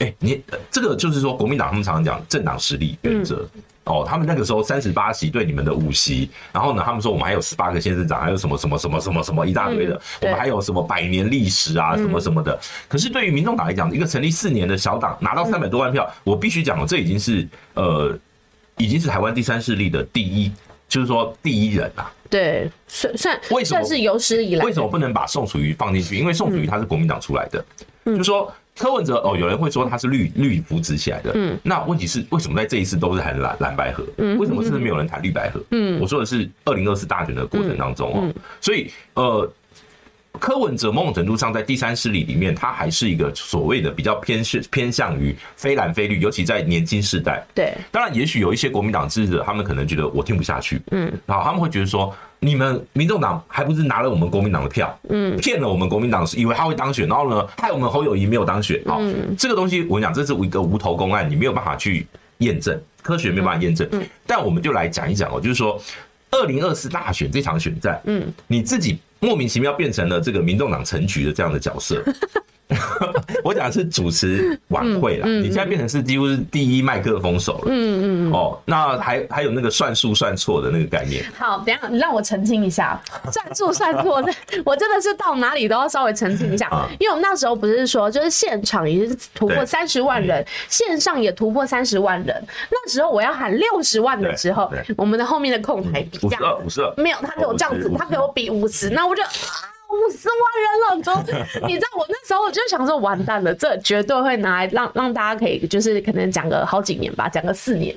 S1: 哎、你、呃这个就是说国民党他们常常讲政党实力原则。
S2: 嗯
S1: 哦，他们那个时候三十八席对你们的五席，然后呢，他们说我们还有十八个县市长，还有什么什么什么什么什么一大堆的，
S2: 嗯
S1: 我
S2: 对嗯
S1: 们还有什么百年历史啊，什么什么的。可是对于民众党来讲，一个成立四年的小党拿到三百多万
S2: 嗯
S1: 票，我必须讲哦，这已经是呃已经是台湾第三势力的第一，就是说第一人啊。
S2: 对，算算
S1: 为什么
S2: 算是有史以来
S1: 为什么不能把宋楚瑜放进去？因为宋楚瑜他是国民党出来的，就说柯文哲哦，有人会说他是绿绿扶植起来的，嗯，那问题是为什么在这一次都是谈蓝蓝白河？为什么甚至没有人谈绿白河？嗯，我说的是二零二四大选的过程当中哦，所以呃。柯文哲某种程度上在第三势力里面，他还是一个所谓的比较偏是偏向于非蓝非绿，尤其在年轻世代，
S2: 对，
S1: 当然，也许有一些国民党支持者，他们可能觉得我听不下去，
S2: 嗯，
S1: 然后他们会觉得说，你们民众党还不是拿了我们国民党的票，嗯，骗了我们国民党，以为他会当选，然后呢，害我们侯友谊没有当选，
S2: 嗯
S1: 好、这个东西我跟你讲，这是一个无头公案，你没有办法去验证，
S2: 嗯
S1: 科学没有办法验证，但我们就来讲一讲哦，就是说，二零二四大选这场选战，
S2: 嗯，
S1: 你自己莫名其妙变成了这个民众党陈局的这样的角
S2: [laughs]
S1: 色。我讲的是主持晚会啦，
S2: 嗯
S1: 你现在变成是几乎是第一麦克风手了。
S2: 嗯嗯。
S1: 哦，那还还有那个算数算错的那个概念，
S2: 好，等一下你让我澄清一下， [laughs] 算数算错，我真我真的是到哪里都要稍微澄清一下
S1: 啊，
S2: 因为我们那时候不是说，就是现场已经是突破
S1: 对嗯
S2: 三十万人，线上也突破三十万人，那时候我要喊六十万的时候
S1: 对，嗯
S2: 我们的后面的控台比
S1: 五
S2: 这
S1: 十
S2: 样
S1: 二，五十二，
S2: 没有，他给我这样子，
S1: 50
S2: 他给我比五十，那我就啊。五十万人了，都你知道，我那时候我就想说，完蛋了，这绝对会拿来让让大家可以，就是可能讲个好几年吧，讲个四年，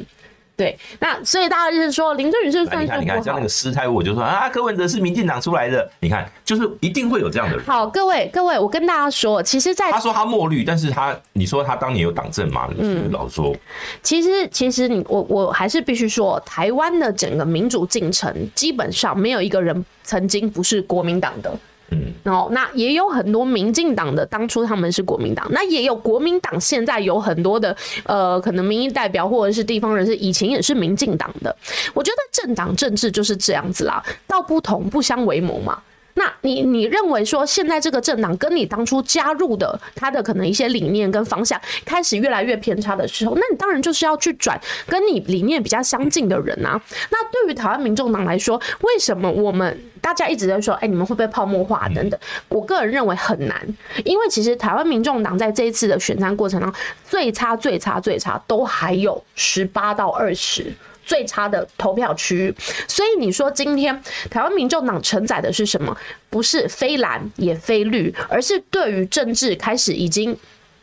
S2: 对。那所以大家就是说，林振宇是不是
S1: 来，
S2: 算
S1: 你看，你看，
S2: 数不
S1: 像那
S2: 好
S1: 个。师太，我就说啊，柯文哲是民进党出来的，你看，就是一定会有这样
S2: [laughs]
S1: 的人。
S2: 好，各位各位，我跟大家说，其实在，
S1: 他说他墨绿，但是他，你说他当年有党政吗？嗯，老实说，
S2: 其实其实你我我还是必须说，台湾的整个民主进程基本上没有一个人曾经不是国民党的，
S1: 嗯，
S2: 哦，那也有很多民进党的，当初他们是国民党，那也有国民党现在有很多的呃，可能民意代表或者是地方人士，以前也是民进党的。我觉得政党政治就是这样子啦，道不同不相为谋嘛。那你你认为说现在这个政党跟你当初加入的他的可能一些理念跟方向开始越来越偏差的时候，那你当然就是要去转跟你理念比较相近的人啊。那对于台湾民众党来说，为什么我们大家一直在说，哎、你们会不会泡沫化等等？我个人认为很难，因为其实台湾民众党在这一次的选战过程当中，最差、最差、最差都还有十八到二十。最差的投票区域，所以你说今天台湾民众党承载的是什么？不是非蓝也非绿，而是对于政治开始已经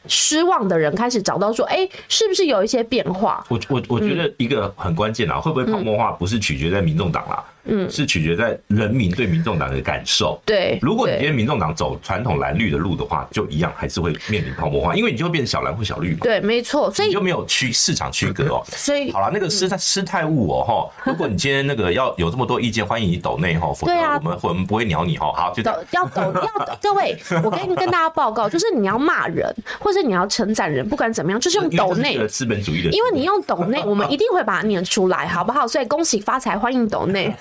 S2: 失望的人开始找到说，哎、是不是有一些变化？
S1: 我我我觉
S2: 嗯
S1: 得一个很关键啊，会不会泡沫化，不是取决在民众党啦，嗯，是取决在人民对民众党的感受。
S2: 对，
S1: 如果你
S2: 对
S1: 今天民众党走传统蓝绿的路的话，就一样还是会面临泡沫化，因为你就会变成小蓝或小绿嘛，
S2: 对，没错，所
S1: 你
S2: 以
S1: 就没有区市场区隔哦。
S2: 所以
S1: 好了，那个
S2: 嗯
S1: 失态失态物哦哈，如果你今天那个要有这么多意见，欢迎你抖内哈，否则
S2: 对啊
S1: 我们我们不会鸟你哈。好，就这
S2: 抖
S1: 样
S2: 要抖要各位，我跟跟大家报告，就是你要骂人，或者你要称赞人，不管怎么样，就是用抖内
S1: 因为这是一。个资本主义的，
S2: 因为你用抖内，我们一定会把它念出来，好不好？所以恭喜发财，欢迎抖内。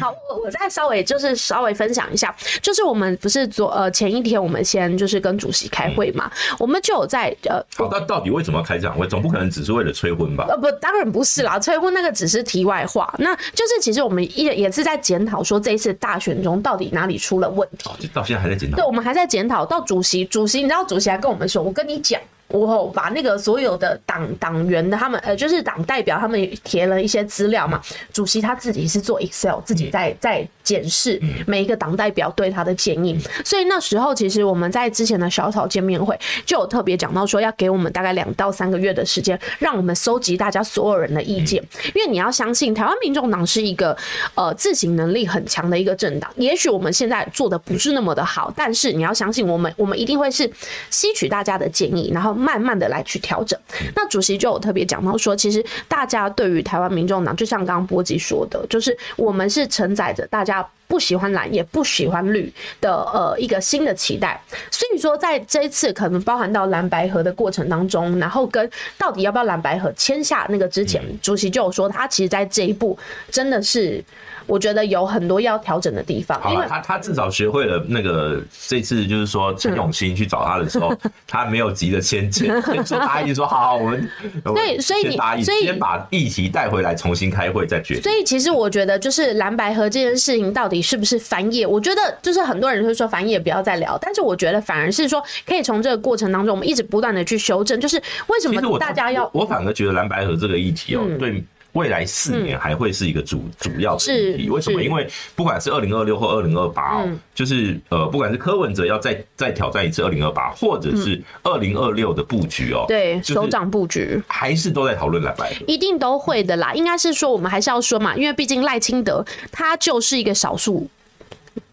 S2: 好，我我再稍微就是稍微分享一下，就是我们不是昨呃前一天我们先就是跟主席开会嘛，我们就有在呃
S1: 好，那到底为什么要开这样会？总不可能只是为了催婚吧？
S2: 呃不，当然不是啦，催婚那个只是题外话。那就是其实我们也也是在检讨说这一次大选中到底哪里出了问题。
S1: 哦，这到现在还在检讨
S2: 对，。我们还在检讨。到主席，主席，你知道主席还跟我们说，我跟你讲。我把那个所有的党党员的他们呃，就是党代表他们填了一些资料嘛。主席他自己是做 Excel，自己
S1: 嗯
S2: 在在检视每一个党代表对他的建议。
S1: 嗯
S2: 所以那时候其实我们在之前的小草见面会就有特别讲到说，要给我们大概两到三个月的时间，让我们收集大家所有人的意见。因为你要相信，台湾民众党是一个呃自省能力很强的一个政党。也许我们现在做的不是那么的好，但是你要相信我们，我们一定会是吸取大家的建议，然后慢慢的来去调整。那主席就有特别讲到说，其实大家对于台湾民众党，就像刚刚波吉说的，就是我们是承载着大家。不喜欢蓝也不喜欢绿的呃一个新的期待，所以说在这一次可能包含到蓝白河的过程当中，然后跟到底要不要蓝白河签下那个之前，主席就有说他其实在这一步真的是我觉得有很多要调整的地方，
S1: 好
S2: 因
S1: 了，
S2: 为
S1: 他他至少学会了那个这次就是说
S2: 嗯
S1: 陈永新去找他的时候，他没有急着先签，先说答应说好好，我们
S2: 对所以
S1: 先
S2: 你
S1: 答应
S2: 所以
S1: 先把议题带回来重新开会再决定
S2: 所。以其实我觉得，就是蓝白河这件事情到底是不是翻页？我觉得就是很多人会说翻页不要再聊，但是我觉得反而是说可以从这个过程当中，我们一直不断的去修正，就是为什
S1: 其实我
S2: 么大家要嗯
S1: 我我反而觉得蓝白河这个议题哦，对。未来四年还会是一个主、主要的议题，
S2: 是
S1: 为什么？
S2: 是嗯
S1: 因为不管是二零二六或二零二八哦，就是呃，不管是柯文哲要再再挑战一次二零二八，或者是二零二六的布局哦，
S2: 嗯对
S1: 就是
S2: 首长布局。
S1: 还是都在讨论蓝白河。
S2: 一定都会的啦，应该是说我们还是要说嘛，因为毕竟赖清德他就是一个少数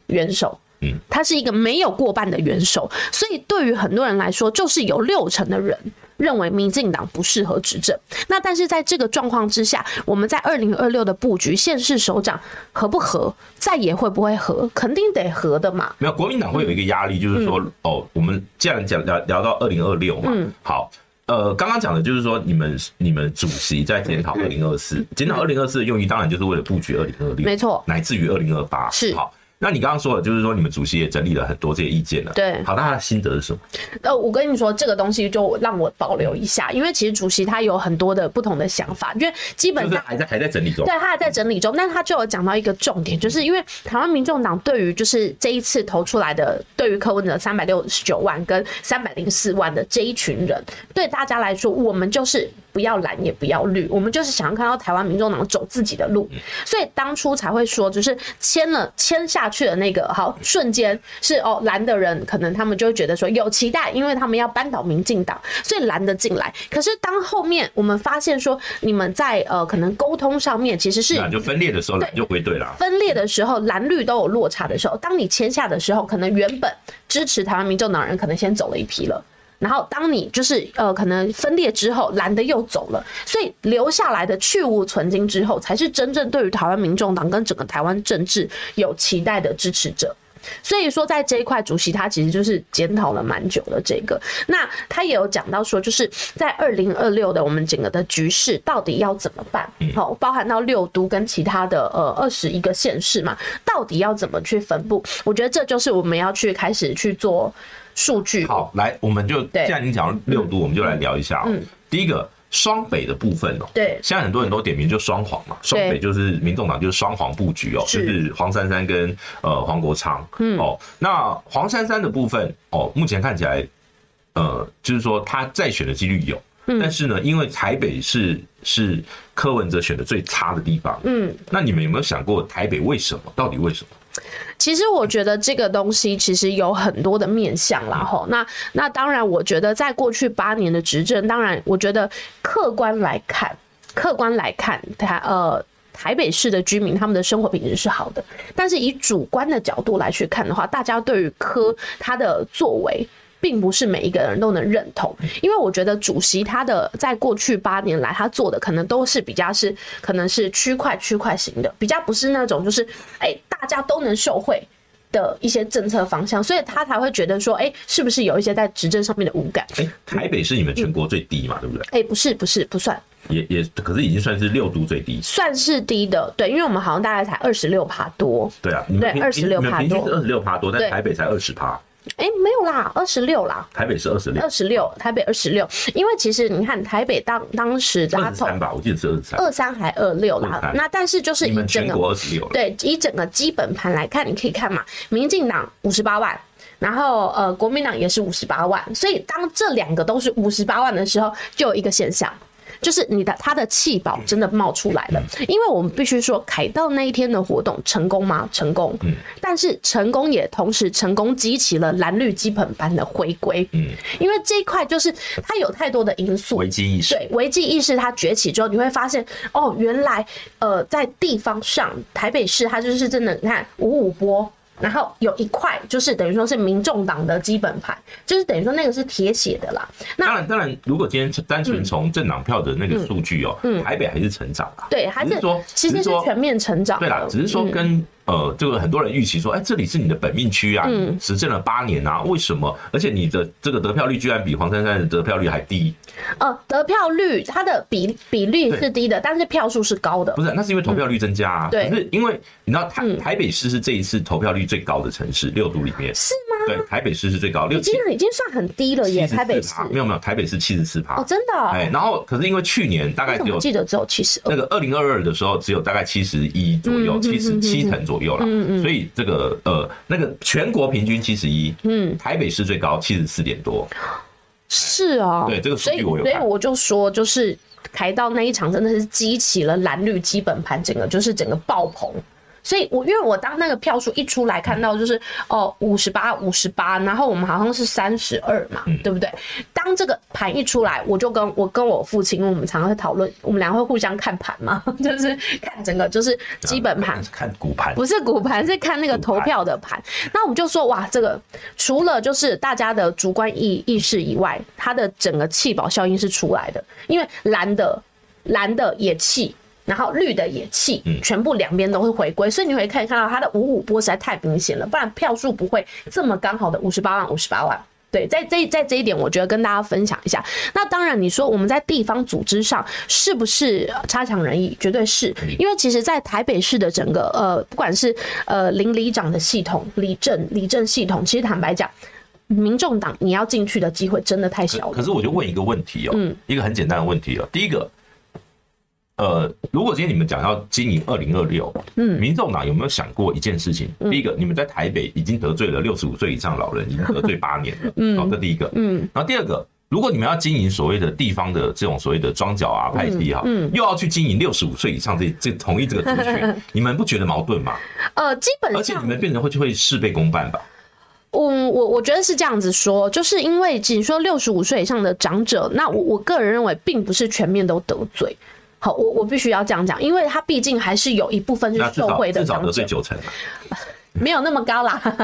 S2: 元首，
S1: 嗯，
S2: 他是一个没有过半的元首，所以对于很多人来说，就是有六成的人认为民进党不适合执政。那但是在这个状况之下，我们在二零二六的布局，县市首长合不合，再也会不会合，肯定得合的嘛。
S1: 没有，国民党会有一个压力，就是说，
S2: 嗯
S1: 哦，我们既然讲聊聊到二零二六嘛，好，呃，刚刚讲的就是说，你们你们主席在检
S2: 嗯
S1: 讨二零二四，检讨二零二四的用意当然就是为了布局二零二六，
S2: 没错
S1: 乃至于二零二八，
S2: 是
S1: 好。那你刚刚说的，就是说你们主席也整理了很多这些意见了，
S2: 对
S1: 好，那他的心得是什么？
S2: 呃，我跟你说，这个东西就让我保留一下，因为其实主席他有很多的不同的想法，因为基本
S1: 就是
S2: 上
S1: 还在还在整理中，
S2: 对，他还在整理中，但他就有讲到一个重点，就是因为台湾民众党对于就是这一次投出来的，对于柯文哲三百六十九万跟三百零四万的这一群人，对大家来说，我们就是不要蓝也不要绿，我们就是想要看到台湾民众党走自己的路，所以当初才会说，就是签了签下去的那个好瞬间是哦，蓝的人可能他们就会觉得说有期待，因为他们要扳倒民进党，所以蓝的进来。可是当后面我们发现说，你们在呃可能沟通上面其实是
S1: 那啊就分裂的时候你就归队了。
S2: 分裂的时候，蓝绿都有落差的时候，当你签下的时候，可能原本支持台湾民众党人可能先走了一批了。然后，当你就是呃，可能分裂之后，蓝的又走了，所以留下来的去无存菁之后，才是真正对于台湾民众党跟整个台湾政治有期待的支持者。所以说，在这一块，主席他其实就是检讨了蛮久的这个。那他也有讲到说，就是在二零二六的我们整个的局势到底要怎么办？好、包含到六都跟其他的呃二十一个县市嘛，到底要怎么去分布？我觉得这就是我们要去开始去做数据。
S1: 好，来，我们就既
S2: 对嗯
S1: 然你讲到六度，我们就来聊一下、哦。第一个，双北的部分哦，
S2: 对
S1: 现在很多人都点名就双黄嘛，双北就是民众党就是双黄布局哦，就是是黄珊珊跟呃黄国昌，嗯哦，那黄珊珊的部分哦，目前看起来，呃，就是说他再选的几率有。
S2: 嗯
S1: 但是呢，因为台北是是柯文哲选的最差的地方，嗯，那你们有没有想过台北为什么？到底为什么？
S2: 其实我觉得这个东西其实有很多的面向啦，吼。那那当然，我觉得在过去八年的执政，当然，我觉得客观来看，客观来看，它呃。台北市的居民他们的生活品质是好的，但是以主观的角度来去看的话，大家对于科他的作为，并不是每一个人都能认同，因为我觉得主席他的在过去八年来他做的可能都是比较是可能是区块区块型的，比较不是那种就是哎、大家都能受惠。的一些政策方向，所以他才会觉得说，哎、是不是有一些在执政上面的无感？
S1: 哎、台北是你们全国最低嘛，对不对？
S2: 哎、不是，不是，不算，
S1: 也也，可是已经算是六都最低。
S2: 算是低的，对，因为我们好像大概才二十六趴多，
S1: 对啊，你们
S2: 对
S1: 平
S2: 26
S1: 你们平均是
S2: 趴多
S1: 二十六趴多，但
S2: 对
S1: 台北才二十趴，
S2: 哎、没有啦，二十六啦，
S1: 台北是二十六
S2: 二，十六，台北二十六，因为其实你看台北当当时
S1: 二
S2: 他
S1: 十
S2: 从
S1: 三吧，我记得是二十三。
S2: 二三还二六啦
S1: 23，
S2: 那但是就是
S1: 你
S2: 以
S1: 们
S2: 整
S1: 全
S2: 个
S1: 国二十六了，
S2: 对，以整个基本盘来看，你可以看嘛，民进党五十八万，然后呃，国民党也是五十八万，所以当这两个都是五十八万的时候，就有一个现象。就是你的他的气宝真的冒出来了，
S1: 嗯
S2: 因为我们必须说凯道那一天的活动成功吗？成功，
S1: 嗯
S2: 但是成功也同时成功激起了蓝绿基本盘的回归，
S1: 嗯
S2: 因为这一块就是它有太多的因素，
S1: 危机意识。
S2: 对，危机意识它崛起之后，你会发现哦，原来呃，在地方上，台北市它就是真的，你看五五波。然后有一块就是等于说是民众党的基本盘，就是等于说那个是铁血的啦。
S1: 当然，当然，如果今天单
S2: 嗯
S1: 纯从政党票的那个数据哦，台北还是成长啊。
S2: 对，嗯还
S1: 只
S2: 是
S1: 是说
S2: 其
S1: 只
S2: 实
S1: 是
S2: 是
S1: 说
S2: 全面成长的。
S1: 对啦，只是说跟、呃，这个很多人预期说，哎，这里是你的本命区啊，
S2: 嗯
S1: 你执政了八年啊，为什么？而且你的这个得票率居然比黄珊珊的得票率还低，
S2: 呃，得票率它的比比率是低的，但是票数是高的
S1: 不。是？那是因为投票率增加啊。
S2: 嗯对嗯
S1: 可是因为你知道台台北市是这一次投票率最高的城市，六都里面
S2: 哦是吗？
S1: 对，台北市是最高，六
S2: 今
S1: 七
S2: 天已经算很低了耶，
S1: 七十
S2: 台北
S1: 四
S2: 市
S1: 趴，没有没有，台北市七十四趴
S2: 哦，。真的哦、
S1: 哎，然后可是因为去年大概
S2: 我怎
S1: 只有
S2: 么记得只有七十二
S1: 那？个二零二二的时候，只有大概七十一左右，七十七成左右啦。所以这个呃，那个全国平均七十一，嗯，台北市最高七十四点多，
S2: 是哦，
S1: 对这个数
S2: 所
S1: 据
S2: 以
S1: 我有
S2: 所以
S1: 看
S2: 我就说，就是台到那一场真的是激起了蓝绿基本盘，整个就是整个爆棚。所以我，因为我当那个票数一出来，看到就是哦五十八五十八，然后我们好像是三十二嘛，
S1: 嗯
S2: 对不对？当这个盘一出来，我就跟我跟我父亲，因为我们常常会讨论，我们俩会互相看盘嘛， [laughs] 就是看整个就是
S1: 啊
S2: 基本盘
S1: 看看股盘，
S2: 不是股盘，是看那个投票的盘。那我们就说，哇，这个除了就是大家的主观意意识以外，它的整个气保效应是出来的，因为蓝的蓝的也气。然后绿的也气，全部两边都会回归，所以你会可以看到它的五五波实在太明显了，不然票数不会这么刚好的五十八万五十八万。对，在这在这一点，我觉得跟大家分享一下。那当然，你说我们在地方组织上是不是呃差强人意？绝对是，
S1: 嗯
S2: 因为其实，在台北市的整个呃，不管是呃邻里长的系统、里政、里政系统，其实坦白讲，民众党你要进去的机会真的嗯太小了。
S1: 可是我就问一个问题哦、一个很简单的问题哦、第一个，呃，如果今天你们讲要经营二零二六，嗯，民众党有没有想过一件事情？
S2: 嗯
S1: 第一个，你们在台北已经得罪了六十五岁以上老人，已经得罪八年
S2: [laughs]
S1: 了，嗯，好，这第一个，嗯，然后第二个。如果你们要经营所谓的地方的这种所谓的庄脚
S2: 嗯
S1: 啊、派系哈、又要去经营六十五岁以上这这同一这个族
S2: [laughs]
S1: 群，你们不觉得矛盾吗？
S2: 呃，基本
S1: 而且
S2: 上
S1: 你们变成会就会事倍功半吧？
S2: 嗯，我我觉得是这样子说，就是因为仅说六十五岁以上的长者，那我我个人认为并不是全面都得罪。好，我我必须要这样讲，因为他毕竟还是有一部分是
S1: 那至
S2: 受
S1: 少
S2: 惠的
S1: 至少
S2: 长
S1: 得
S2: 者
S1: 罪，九成啊，
S2: 没有那么高啦。 [laughs]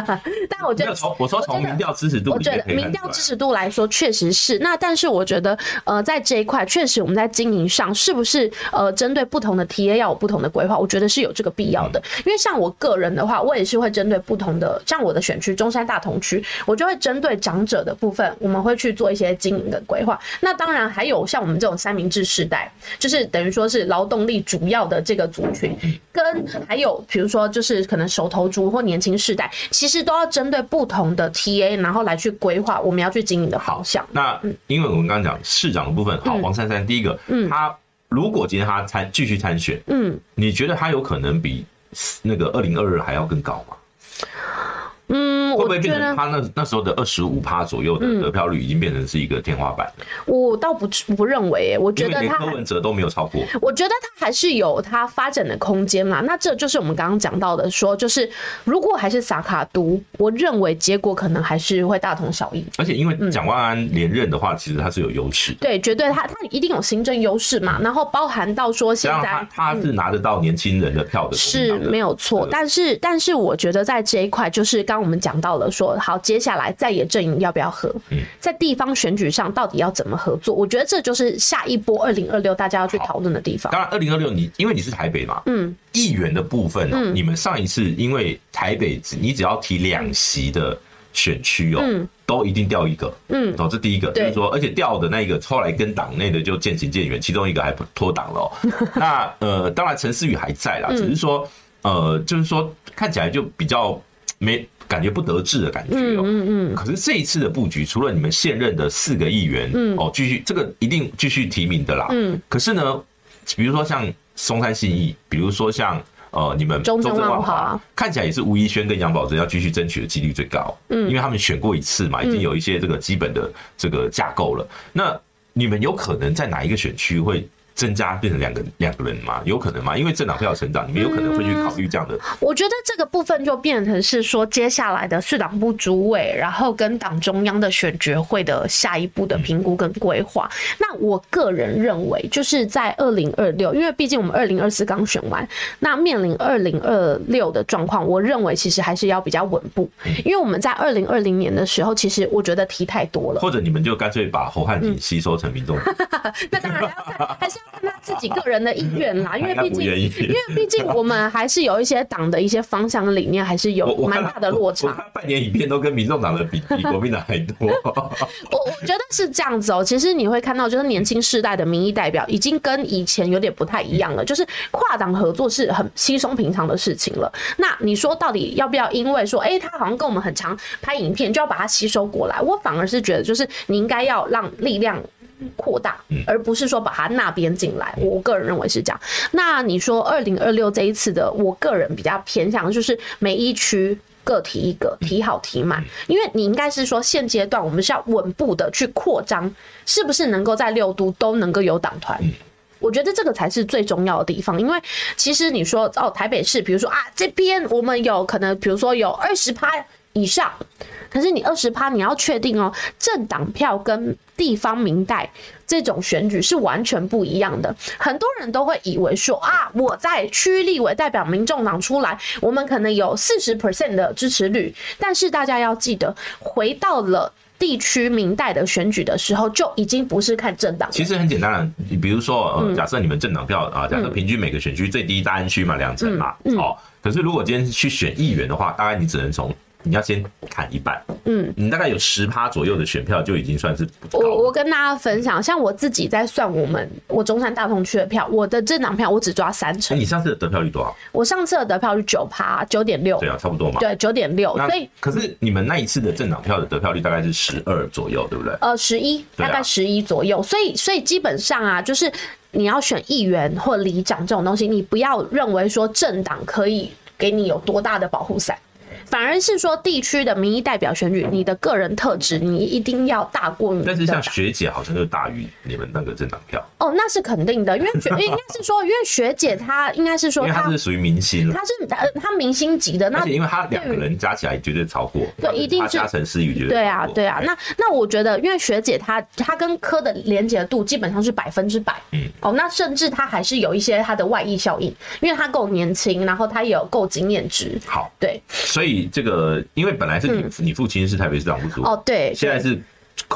S2: 但我觉
S1: 没
S2: 得
S1: 有从我说
S2: 我
S1: 从
S2: 觉得
S1: 民调支持度
S2: 我
S1: 里
S2: 觉
S1: 面
S2: 得
S1: 可以
S2: 民
S1: 看
S2: 调
S1: 出来
S2: 支持度来说，确实是那，但是我觉得，呃，在这一块，确实我们在经营上，是不是呃，针对不同的 TA 要有不同的规划？我觉得是有这个必要的。
S1: 嗯
S2: 因为像我个人的话，我也是会针对不同的，像我的选区中山大同区，我就会针对长者的部分，我们会去做一些经营的规划。那当然还有像我们这种三明治世代，就是等于说是劳动力主要的这个族群，
S1: 嗯
S2: 跟还有比如说就是可能手头族或年轻世代，其实都要针对不同的 TA，然后来去规划我们要去经营的方向。
S1: 那因为我们刚刚讲市长的部分，好，
S2: 嗯
S1: 黄珊珊第一个，他如果今天他参继续参选，
S2: 嗯，
S1: 你觉得他有可能比那个二零二二还要更高吗？
S2: 嗯，
S1: 会不
S2: 我
S1: 会
S2: 觉
S1: 变成
S2: 得嗯
S1: 他那那时候的二十五趴左右的得票率已经变成是一个天花板了？
S2: 我倒不不认为耶，我
S1: 因
S2: 觉
S1: 为
S2: 得
S1: 连
S2: 他嗯
S1: 柯文哲都没有超过，
S2: 我觉得它还是有它发展的空间嘛。那这就是我们刚刚讲到的说就是如果还是萨卡都，我认为结果可能还是会大同小异。
S1: 而且因为蒋万安连任的话，其实他是有优势的，
S2: 对，绝对他他一定有行政优势嘛，然后包含到说
S1: 这
S2: 现
S1: 样
S2: 在嗯
S1: 他他是拿得到年轻人的票的，国民
S2: 是
S1: 党的
S2: 没有错
S1: 呃，
S2: 但是但是我觉得在这一块，就是刚我们讲到了说，好，接下来在野阵营要不要合？
S1: 嗯
S2: 在地方选举上到底要怎么合作？我觉得这就是下一波二零二六大家要去讨论的地方。
S1: 当然，二零二六你因为你是台北嘛，嗯，议员的部分哦，你们上一次因为台北只你只要提两席的选区哦，都一定掉一个，嗯，哦，这第一个就
S2: 对
S1: 是说，而且掉的那一个后来跟党内的就渐行渐远，其中一个还不脱党 [laughs] 了、哦。那呃，当然陈思宇还在啦，只是说呃，就是说看起来就比较没。感觉不得志的感觉哦，嗯嗯可是这一次的布局，除了你们现任的四个议员，嗯，哦，继续这个一定继续提名的啦，嗯。可是呢，比如说像松山信义，比如说像呃你们
S2: 中正
S1: 正
S2: 万华
S1: 看起来也是吴怡轩跟杨宝珍要继续争取的几率最高，嗯，因为他们选过一次
S2: 嗯
S1: 嘛，已经有一些这个基本的这个架构了。那你们有可能在哪一个选区会？增加变成两个两个人吗？有可能吗？因为政党票成长，你们有可能会去考虑这样的。
S2: 我觉得这个部分就变成是说，接下来的市党部主委，然后跟党中央的选决会的下一步的评估跟规划。那我个人认为，就是在二零二六，因为毕竟我们二零二四刚选完，那面临二零二六的状况，我认为其实还是要比较稳步，因为我们在二零二零年的时候，其实我觉得题太多
S1: [laughs]
S2: 了。
S1: 或者你们就干脆把侯汉廷吸收成民众党，
S2: 那当然要看，还是要看他自己个人的意愿
S1: [laughs]
S2: 啦，因为
S1: 那
S2: 毕
S1: 不
S2: 竟，
S1: 愿意
S2: 因为毕竟我们还是有一些党的一些方向理念，还是
S1: 我
S2: 有
S1: 我
S2: 蛮
S1: 看
S2: 大的落
S1: 我
S2: 差。
S1: 看半年影片都跟民众党的比比国民党还多。
S2: [laughs] 我我觉得是这样子哦、其实你会看到，就是年轻世代的民意代表已经跟以前有点不太一样了，就是跨党合作是很稀松平常的事情了。那你说到底要不要因为说，哎、他好像跟我们很常拍影片，就要把它吸收过来？我反而是觉得，就是你应该要让力量。扩大，而不是说把它那边进来。我个人认为是这样。那你说二零二六这一次的，我个人比较偏向就是每一区。各提一个，提好提满，因为你应该是说现阶段我们是要稳步的去扩张，是不是能够在六都都能够有党团？我觉得这个才是最重要的地方，因为其实你说哦，台北市，比如说啊，这边我们有可能，比如说有二十趴以上，可是你二十趴，你要确定哦，政党票跟地方民代这种选举是完全不一样的。很多人都会以为说啊，我在区立委代表民众党出来，我们可能有四十 percent 的支持率，但是大家要记得，回到了地区民代的选举的时候，就已经不是看政党了。
S1: 其实很简单的，你比如说，
S2: 嗯
S1: 呃，假设你们政党票啊，假设平均每个选区最低大安区嘛，两成嘛，
S2: 嗯
S1: 哦，可是如果今天去选议员的话，大概你只能从你要先砍一半，嗯，你大概有十趴左右的选票就已经算是不高了
S2: 我我跟大家分享，像我自己在算我们我中山大同区的票，我的政党票我只抓三
S1: 哎
S2: 成，
S1: 你上次的得票率多少？
S2: 我上次的得票是九趴九点六
S1: 对，啊，差不多嘛。
S2: 对九点六，
S1: 那
S2: 所以
S1: 可是你们那一次的政党票的得票率大概是十二左右，对不对？
S2: 呃十一
S1: 对啊
S2: 大概十一左右，所以所以基本上啊，就是你要选议员或里长这种东西，你不要认为说政党可以给你有多大的保护伞。反而是说地区的民意代表选举，你的个人特质你一定要大过于你的
S1: 但是像
S2: 党
S1: 学姐好像就大于你们那个政党票，
S2: 哦，那是肯定的，因为
S1: [laughs]
S2: 学应该是说，因为学姐她应该是
S1: 因
S2: 说
S1: 为她是属于明星，
S2: 他是呃，他明星级的，那
S1: 而且因为她两个人加起来绝对超过，
S2: 对一定
S1: 她
S2: 是
S1: 加陈思雨绝
S2: 对
S1: 超
S2: 啊
S1: 过，哎
S2: 对啊。那那我觉得，因为学姐她她跟科的连结度基本上是百分之百，嗯，哦，那甚至她还是有一些她的外溢效应，因为她够年轻，然后她也有够经验值，
S1: 好，
S2: 对，
S1: 所以这个，因为本来是你、你父亲是台北市长部主，
S2: 嗯哦，对，
S1: 现在是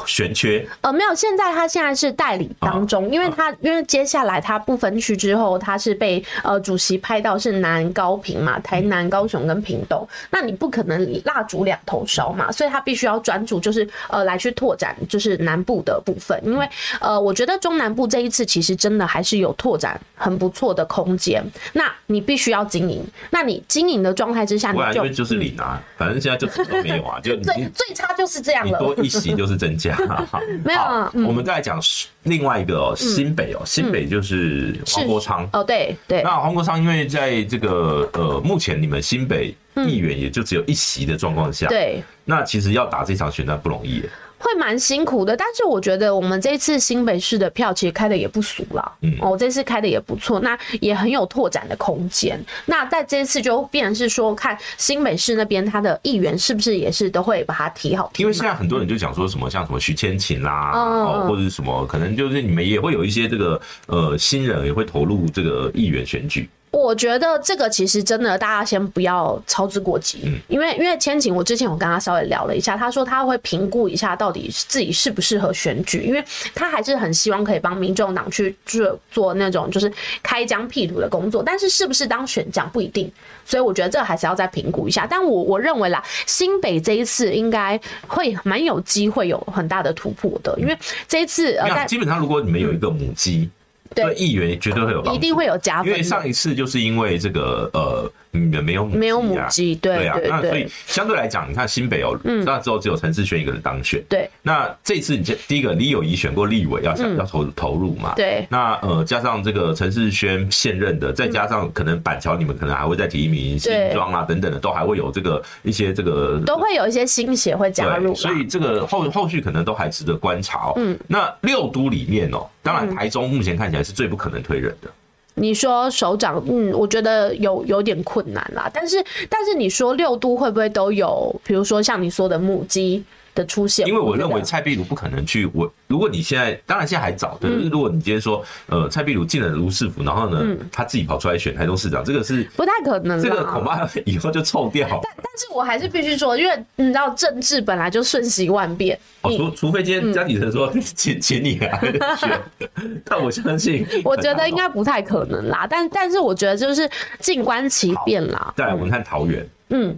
S1: 悬缺，
S2: 呃，没有，现在他现在是代理
S1: 哦
S2: 当中，因为他因为接下来他不分区之后，他是被呃主席拍到是南高平嘛，台
S1: 嗯
S2: 南、高雄跟屏东，那你不可能蜡烛两头烧嘛，所以他必须要专注就是呃来去拓展就是南部的部分，因为呃我觉得中南部这一次其实真的还是有拓展很不错的空间，那你必须要经营，那你经营的状态之下，你
S1: 不然因
S2: 嗯就嗯
S1: 为就是零啊，反正现在就什么都没有啊，就你
S2: 最最差就是这样
S1: 你
S2: 了，
S1: 多一席就是增加，
S2: [laughs] 没有啊嗯
S1: 好，我们再来讲另外一个、哦、新北哦，新北就是黄国昌。
S2: 哦对对，
S1: 那黄国昌因为在这个呃，目前你们新北议员也就只有一席的状况下，
S2: 嗯对，
S1: 那其实要打这场选战不容易耶。
S2: 会蛮辛苦的，但是我觉得我们这次新北市的票其实开的也不俗啦，嗯，哦，这次开的也不错，那也很有拓展的空间。那在这次就变成是说，看新北市那边他的议员是不是也是都会把它提好提
S1: 因为
S2: 满
S1: 现在很多人就讲说什么像什么徐千琴啦，
S2: 嗯
S1: 哦，或者是什么，可能就是你们也会有一些这个呃新人也会投入这个议员选举。
S2: 我觉得这个其实真的，大家先不要操之过急，
S1: 嗯
S2: 因为因为千晴，我之前我跟他稍微聊了一下，他说他会评估一下到底自己适不适合选举，因为他还是很希望可以帮民众党去做做那种就是开疆辟土的工作，但是是不是当选将不一定，所以我觉得这还是要再评估一下。但我我认为啦，新北这一次应该会蛮有机会有很大的突破的，
S1: 嗯
S2: 因为这一次呃，
S1: 你看，
S2: 在
S1: 基本上如果你们有一个母鸡，
S2: 对
S1: 对议员绝对会有帮助，
S2: 一定会有加
S1: 因
S2: 分
S1: 为
S2: 的，
S1: 上一次就是因为这个呃，你们没有母、啊、
S2: 没有母鸡，对
S1: 对啊，那
S2: 对
S1: 所以
S2: 对嗯
S1: 相对来讲，你看新北哦，那之后只有陈志轩一个人当选。
S2: 对
S1: 那这次你这第一个，李友仪选过立委，要
S2: 嗯
S1: 想要投投入嘛？。
S2: 对
S1: 那呃，加上这个陈世轩现任的，再加上可能板桥，你们可能还会再提名新
S2: 对
S1: 庄啊等等的，都还会有这个一些这个
S2: 都会有一些新血会加
S1: 对，
S2: 入啦，
S1: 所以这个后后续可能都还值得观察哦。嗯，那六都里面哦，当
S2: 嗯
S1: 然台中目前看起来是最不可能推人的。
S2: 你说首长，嗯，我觉得有有点困难啦。但是，但是你说六都会不会都有，比如说像你说的母鸡的出现？
S1: 因为我
S2: 觉
S1: 认为
S2: 得
S1: 蔡壁如不可能去我。如果你现在，当然现在还早，对。
S2: 嗯
S1: 就是如果你今天说，呃，蔡壁如进了卢市府，然后呢，他自己跑出来选台中市长，这个是
S2: 不太可能啦。啊
S1: 这个恐怕以后就臭掉。
S2: 但是我还是必须说，因为你知道政治本来就瞬息万变，
S1: 哦，
S2: 你嗯
S1: 除除非今天江启臣说， [laughs] 请请你来选， [laughs] 但我相信，
S2: [laughs] 我觉
S1: 哦
S2: 得应。该不太可能啦。但但是我觉得就是静观其变啦。
S1: 哦再来，我们看桃园，
S2: 嗯，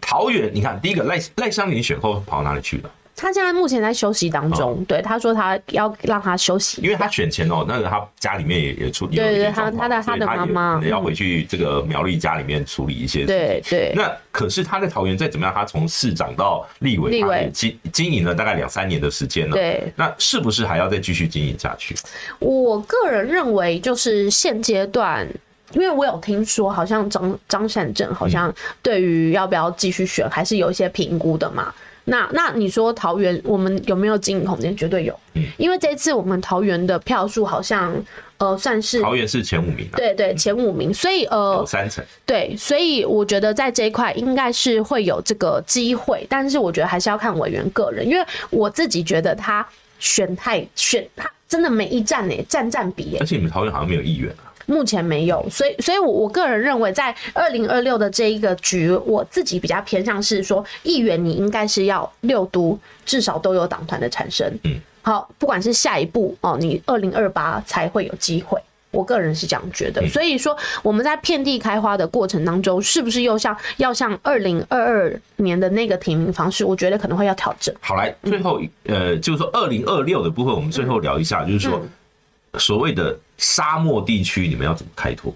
S1: 桃园，你看第一个赖赖香林选后跑到哪里去了？
S2: 他现在目前在休息当中，对他说他要让他休息。
S1: 因为他选前哦，那个他家里面也也出，也有
S2: 对
S1: 一些
S2: 对他
S1: 状况
S2: 他的
S1: 所以
S2: 他的
S1: 也
S2: 妈妈嗯
S1: 可能要回去这个苗栗家里面处理一些事情。
S2: 对对，
S1: 那可是他在桃园再怎么样，他从市长到立委，
S2: 立委
S1: 他也经经营了大概两三年的时间了。
S2: 对，
S1: 那是不是还要再继续经营下去？
S2: 我个人认为，就是现阶段，因为我有听说，好像张张善政好像对于要不要继续选，还是有一些评估的嘛。那那你说桃园，我们有没有经营空间？绝对有，
S1: 嗯
S2: 因为这次我们桃园的票数好像呃算是
S1: 桃园嗯是前五名啊，
S2: 对对前五名，所以呃
S1: 有三成。
S2: 对，所以我觉得在这一块应该是会有这个机会，但是我觉得还是要看委员个人，因为我自己觉得他选太选他真的每一站呢、站占比欸耶、
S1: 而且你们桃园好像没有议员啊，
S2: 目前没有，所以所以我，我个人认为，在二零二六的这一个局，我自己比较偏向是说，议员你应该是要六都至少都有党团的产生，嗯，好，不管是下一步哦，你二零二八才会有机会。我个人是这样觉
S1: 嗯
S2: 得，所以说我们在遍地开花的过程当中，是不是又像要像二零二二年的那个提名方式，我觉得可能会要调整。
S1: 好来，最后一呃，就是说二零二六的部分，我们
S2: 嗯
S1: 最后聊一下，就是说所谓的沙漠地区，你们要怎么开拓？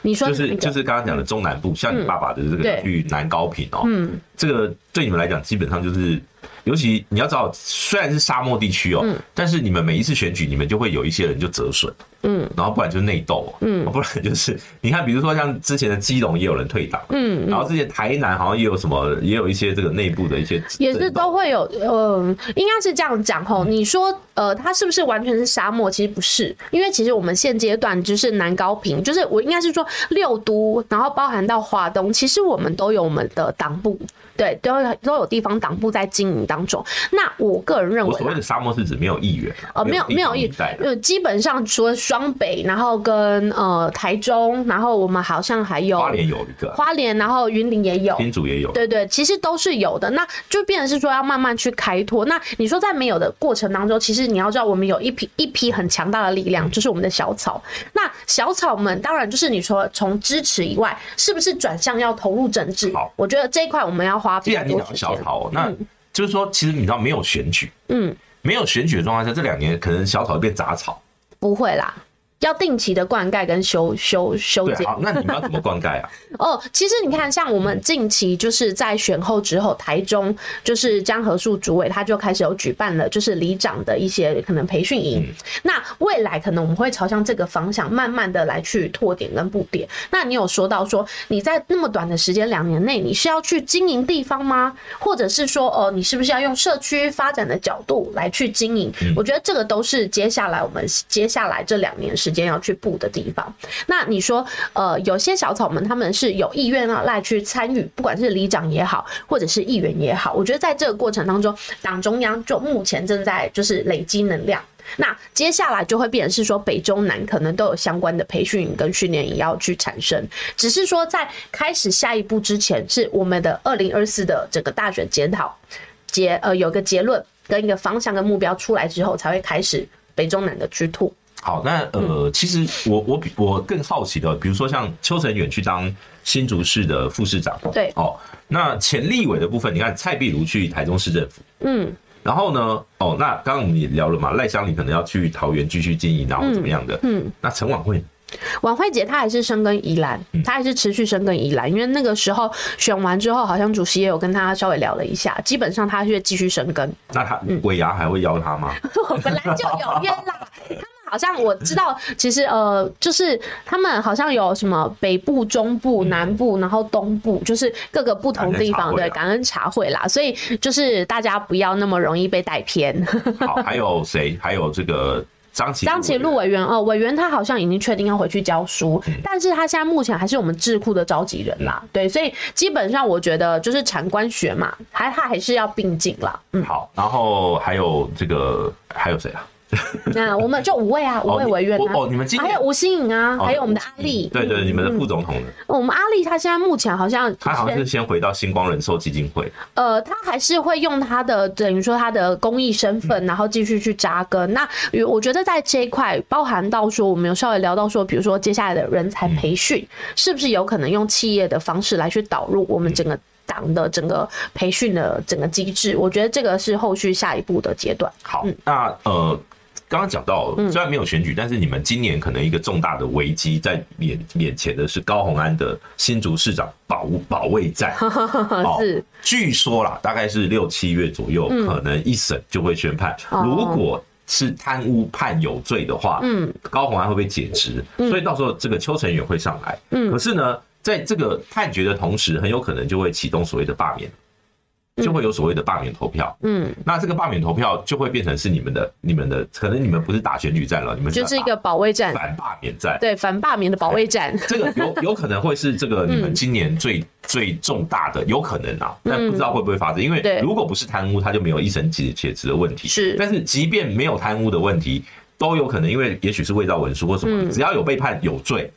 S2: 你说、
S1: 就
S2: 那个
S1: 是
S2: 嗯
S1: 就是刚刚讲的中南部，像你爸爸的这个
S2: 对嗯
S1: 去南高平哦，这个对你们来讲基本上就是，尤其你要知道，虽然是沙漠地区哦，
S2: 嗯
S1: 但是你们每一次选举，你们就会有一些人就折损，嗯，然后不然就是内斗、哦，嗯， [laughs] 不然就是你看，比如说像之前的基隆也有人退党，嗯，然后之前台南好像也有什么，也有一些这个内部的一些
S2: 也是
S1: 争斗
S2: 都会有，嗯、应该是这样讲
S1: 嗯
S2: 吼。你说，呃，它是不是完全是沙漠？其实不是，因为其实我们现阶段就是南高平，就是我应该是说六都，然后包含到华东，其实我们都有我们的党部，对，都有都有地方党部在经营当中。那我个人认
S1: 我
S2: 为
S1: 所
S2: 啦
S1: 谓，的沙漠是指没有议员啊
S2: 哦，没有没有
S1: 地
S2: 一
S1: 方代啊
S2: 呃，基本上除了双北，然后跟呃台中，然后我们好像还有
S1: 花莲有一个啊，
S2: 花莲，然后云林也有，
S1: 天主也有，
S2: 对对，其实都是有的，那就变成是说要慢慢去开拓。那你说在没有的过程当中，其实你要知道，我们有一批一批很强大的力量，就是我们的小草。那小草们当然就是你说从支持以外，是不是转向要投入政治
S1: 好？
S2: 我觉得这一块我们要花
S1: 既
S2: 比较
S1: 然你
S2: 多
S1: 讲到
S2: 时
S1: 小
S2: 间。
S1: 草，那就是说，其实你知道没有选举，
S2: 嗯，
S1: 没有选举的状况下，这两年可能小草变杂草。
S2: 不会啦。要定期的灌溉跟修修修
S1: 对啊
S2: 剪，
S1: 好，那你们要怎么灌溉啊？
S2: 哦，其实你看，像我们近期就是在选后之后，台中就是江河树主委他就开始有举办了，就是里长的一些可能培训营。那未来可能我们会朝向这个方向，慢慢的来去拓点跟布点。那你有说到说你在那么短的时间两年内，你是要去经营地方吗？或者是说，哦、你是不是要用社区发展的角度来去经营？我觉得这个都是接下来我们接下来这两年时间要去布的地方。那你说，呃，有些小草们他们是有意愿要来去参与，不管是里长也好，或者是议员也好，我觉得在这个过程当中，党中央就目前正在就是累积能量。那接下来就会变成是说，北中南可能都有相关的培训跟训练营要去产生。只是说，在开始下一步之前，是我们的二零二四的整个大选检讨结呃有个结论跟一个方向跟目标出来之后，才会开始北中南的去拓。
S1: 好，那
S2: 嗯
S1: 呃，其实我我比我更好奇的，比如说像邱成远去当新竹市的副市长，
S2: 对
S1: 哦，那前立委的部分，你看蔡壁如去台中市政府，
S2: 嗯，
S1: 然后呢，哦，那刚刚我们也聊了嘛，赖香林可能要去桃园继续经营，然后怎么样的，嗯，那陈婉慧，
S2: 晚慧姐她还是深耕宜兰，她还是持续深耕宜兰，因为那个时候选完之后，好像主席也有跟她稍微聊了一下，基本上她是继续深耕。
S1: 那他
S2: 嗯
S1: 尾牙还会邀他吗？
S2: [laughs] 我本来就有约啦。 [laughs] 他们好像我知道，其实呃，就是他们好像有什么北部、中部、南部，然后东部，就是各个不同地方的
S1: 感
S2: 嗯感恩茶会啊啦。所以就是大家不要那么容易被带偏。
S1: 好，还有谁？还有这个张启
S2: 张启禄委员哦，委员他好像已经确定要回去教书，
S1: 嗯
S2: 但是他现在目前还是我们智库的召集人啦。对，所以基本上我觉得就是产官学嘛，还他还是要并进
S1: [laughs]
S2: 啦。嗯，
S1: 好，然后还有这个还有谁啊？
S2: 那我们就五位啊，五位
S1: 你
S2: 委员啊
S1: 我，哦你们今
S2: 还
S1: 年
S2: 有吴嗯新颖啊，
S1: 哦
S2: 还有我们的阿丽，
S1: 对对，你们的副总统呢？
S2: 我们阿丽她现在目前好像，
S1: 他好像是先回到星光人寿基金会，
S2: 呃，她还是会用她的等于说她的公益身份，然后继续去扎根。那与我觉得在这一块，包含到说我们有稍微聊到说，比如说接下来的人才培训，是不是有可能用企业的方式来去导入我们整个党的整个培训的整个机制？我觉得这个是后续下一步的阶段。
S1: 好，那呃，刚刚讲到，虽然没有选举，但是你们今年可能一个重大的危机在眼眼前的是高鸿安的新竹市长保保卫战，哦
S2: 是
S1: 据说啦，大概是六七月左右，可能一审就会宣判。
S2: 嗯哦
S1: 如果是贪污判有罪的话，嗯，高鸿安会被解职，
S2: 嗯
S1: 所以到时候这个邱成远会上来，嗯，可是呢，在这个判决的同时，很有可能就会启动所谓的罢免，就会有所谓的罢免投票，
S2: 嗯，
S1: 那这个罢免投票就会变成是你们的、你们的，可能你们不是打选举战了，你们
S2: 就是一
S1: 打
S2: 个保卫战，
S1: 反罢免战，
S2: 对反罢免的保卫战。
S1: 这个有
S2: [laughs]
S1: 有可能会是这
S2: 嗯
S1: 个你们今年最、最重大的，有可能啊，但不知道会不会发生。因为
S2: 对
S1: 如果不是贪污，他就没有一审解解职的问题。
S2: 是
S1: 但是即便没有贪污的问题，都有可能，因为也许是伪造文书或什么，只要有被判有罪，
S2: 嗯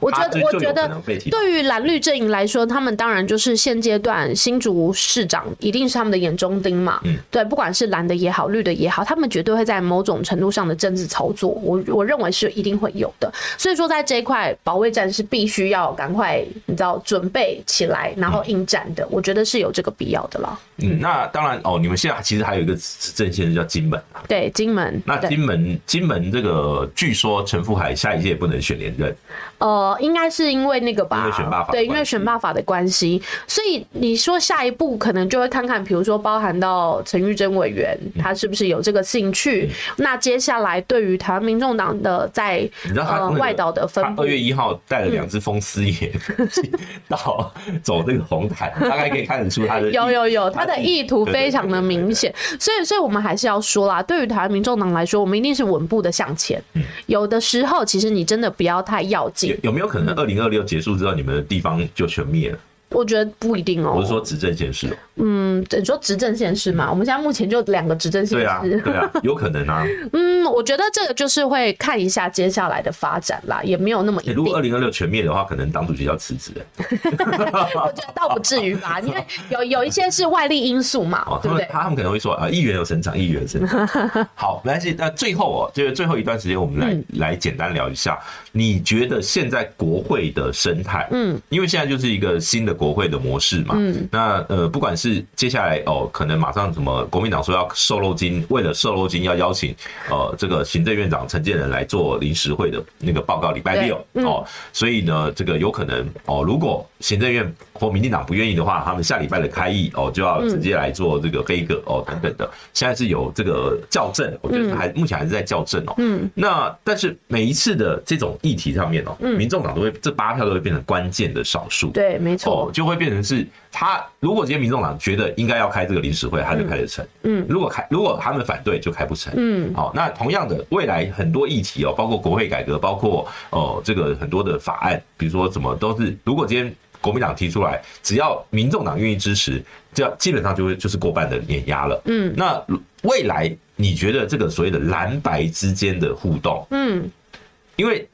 S2: 我觉
S1: 他
S2: 得，
S1: 就
S2: 我
S1: 就有
S2: 觉
S1: 可
S2: 得
S1: 能被提
S2: 对于蓝绿阵营来说，他们当然就是现阶段新竹市长一定是他们的眼中钉嘛。
S1: 嗯
S2: 对，不管是蓝的也好，绿的也好，他们绝对会在某种程度上的政治操作，我我认为是一定会有的。所以说，在这一块保卫战是必须要赶快，你知道准备起来，然后应战的，我觉得是有这个必要的啦。
S1: 嗯，那当然哦，你们现在其实还有一个执政县叫金门啊。
S2: 对，金门，
S1: 那
S2: 对
S1: 金门金门这个，据说陈福海下一届也不能选连任，
S2: 呃，应该是因为那个
S1: 因
S2: 吧
S1: 为选罢法，的
S2: 对，因
S1: 关
S2: 为
S1: 系
S2: 选罢法的关系，所以你说下一步可能就会看看，比如说包含到陈玉珍委员，
S1: 嗯
S2: 他是不是有这个兴趣？那接下来对于台湾民众党的在
S1: 你知道他、那
S2: 呃
S1: 个
S2: 外岛的分
S1: 他
S2: 布
S1: 二，月一号带了两只风丝眼 [laughs] 到走这个红毯，大概可以看得出他的意
S2: 有有有，他的意图
S1: 对对对
S2: 非常的明显，所以所以我们还是要说啦，对于台湾民众党来说，我们一定是稳步的向前。
S1: 嗯
S2: 有的时候，其实你真的不要太要
S1: 有
S2: 紧，
S1: 有没有可能二零二六结束之后，你们的地方就全灭了？
S2: 我觉得不一定哦、
S1: 我是说执政县市哦，
S2: 嗯，你说执政县市嘛，我们现在目前就两个执政县
S1: 对
S2: 市。
S1: 啊，对啊，有可能
S2: [laughs]
S1: 啊。
S2: 嗯，我觉得这个就是会看一下接下来的发展啦，也没有那么
S1: 欸
S2: 一
S1: 如
S2: 定。
S1: 果二零二六全灭的话，可能党主席要辞职欸
S2: 我觉得倒不至于
S1: [laughs]
S2: 吧，因为有有一些是外力因素嘛，
S1: 哦，他
S2: 对不
S1: 们
S2: 对？
S1: 他们可能会说啊，议员有成长，议员有成长。
S2: [laughs]
S1: 好，没关系。那最后哦，就是最后一段时间，我们
S2: 嗯
S1: 来、来简单聊一下，你觉得现在国会的生态，嗯，因为现在就是一个新的国会的模式嘛，嗯，那呃，不管是接下来哦，可能马上什么国民党说要瘦肉精，为了瘦肉精要邀请呃这个行政院长陈建仁来做临时会的那个报告，礼拜六、
S2: 对嗯
S1: 哦，所以呢，这个有可能哦，如果行政院或民进党不愿意的话，他们下礼拜的开议哦，就要直接来做这个杯葛哦等等的。现在是有这个校正，我觉得还、目前还是在校正哦。嗯，那但是每一次的这种议题上面哦，民众党都会这八票都会变成关键的少数。
S2: 对，没
S1: 哦
S2: 错，，
S1: 就会变成是他如果今天民众党觉得应该要开这个临时会，他就开得成；
S2: 嗯
S1: 如果开如果他们反对，就开不成。
S2: 嗯，
S1: 好、那同样的，未来很多议题哦，包括国会改革，包括哦这个很多的法案，比如说什么都是，如果今天国民党提出来，只要民众党愿意支持，这样基本上就会就是过半的碾压了。
S2: 嗯，
S1: 那未来你觉得这个所谓的蓝白之间的互动，
S2: 嗯
S1: 因为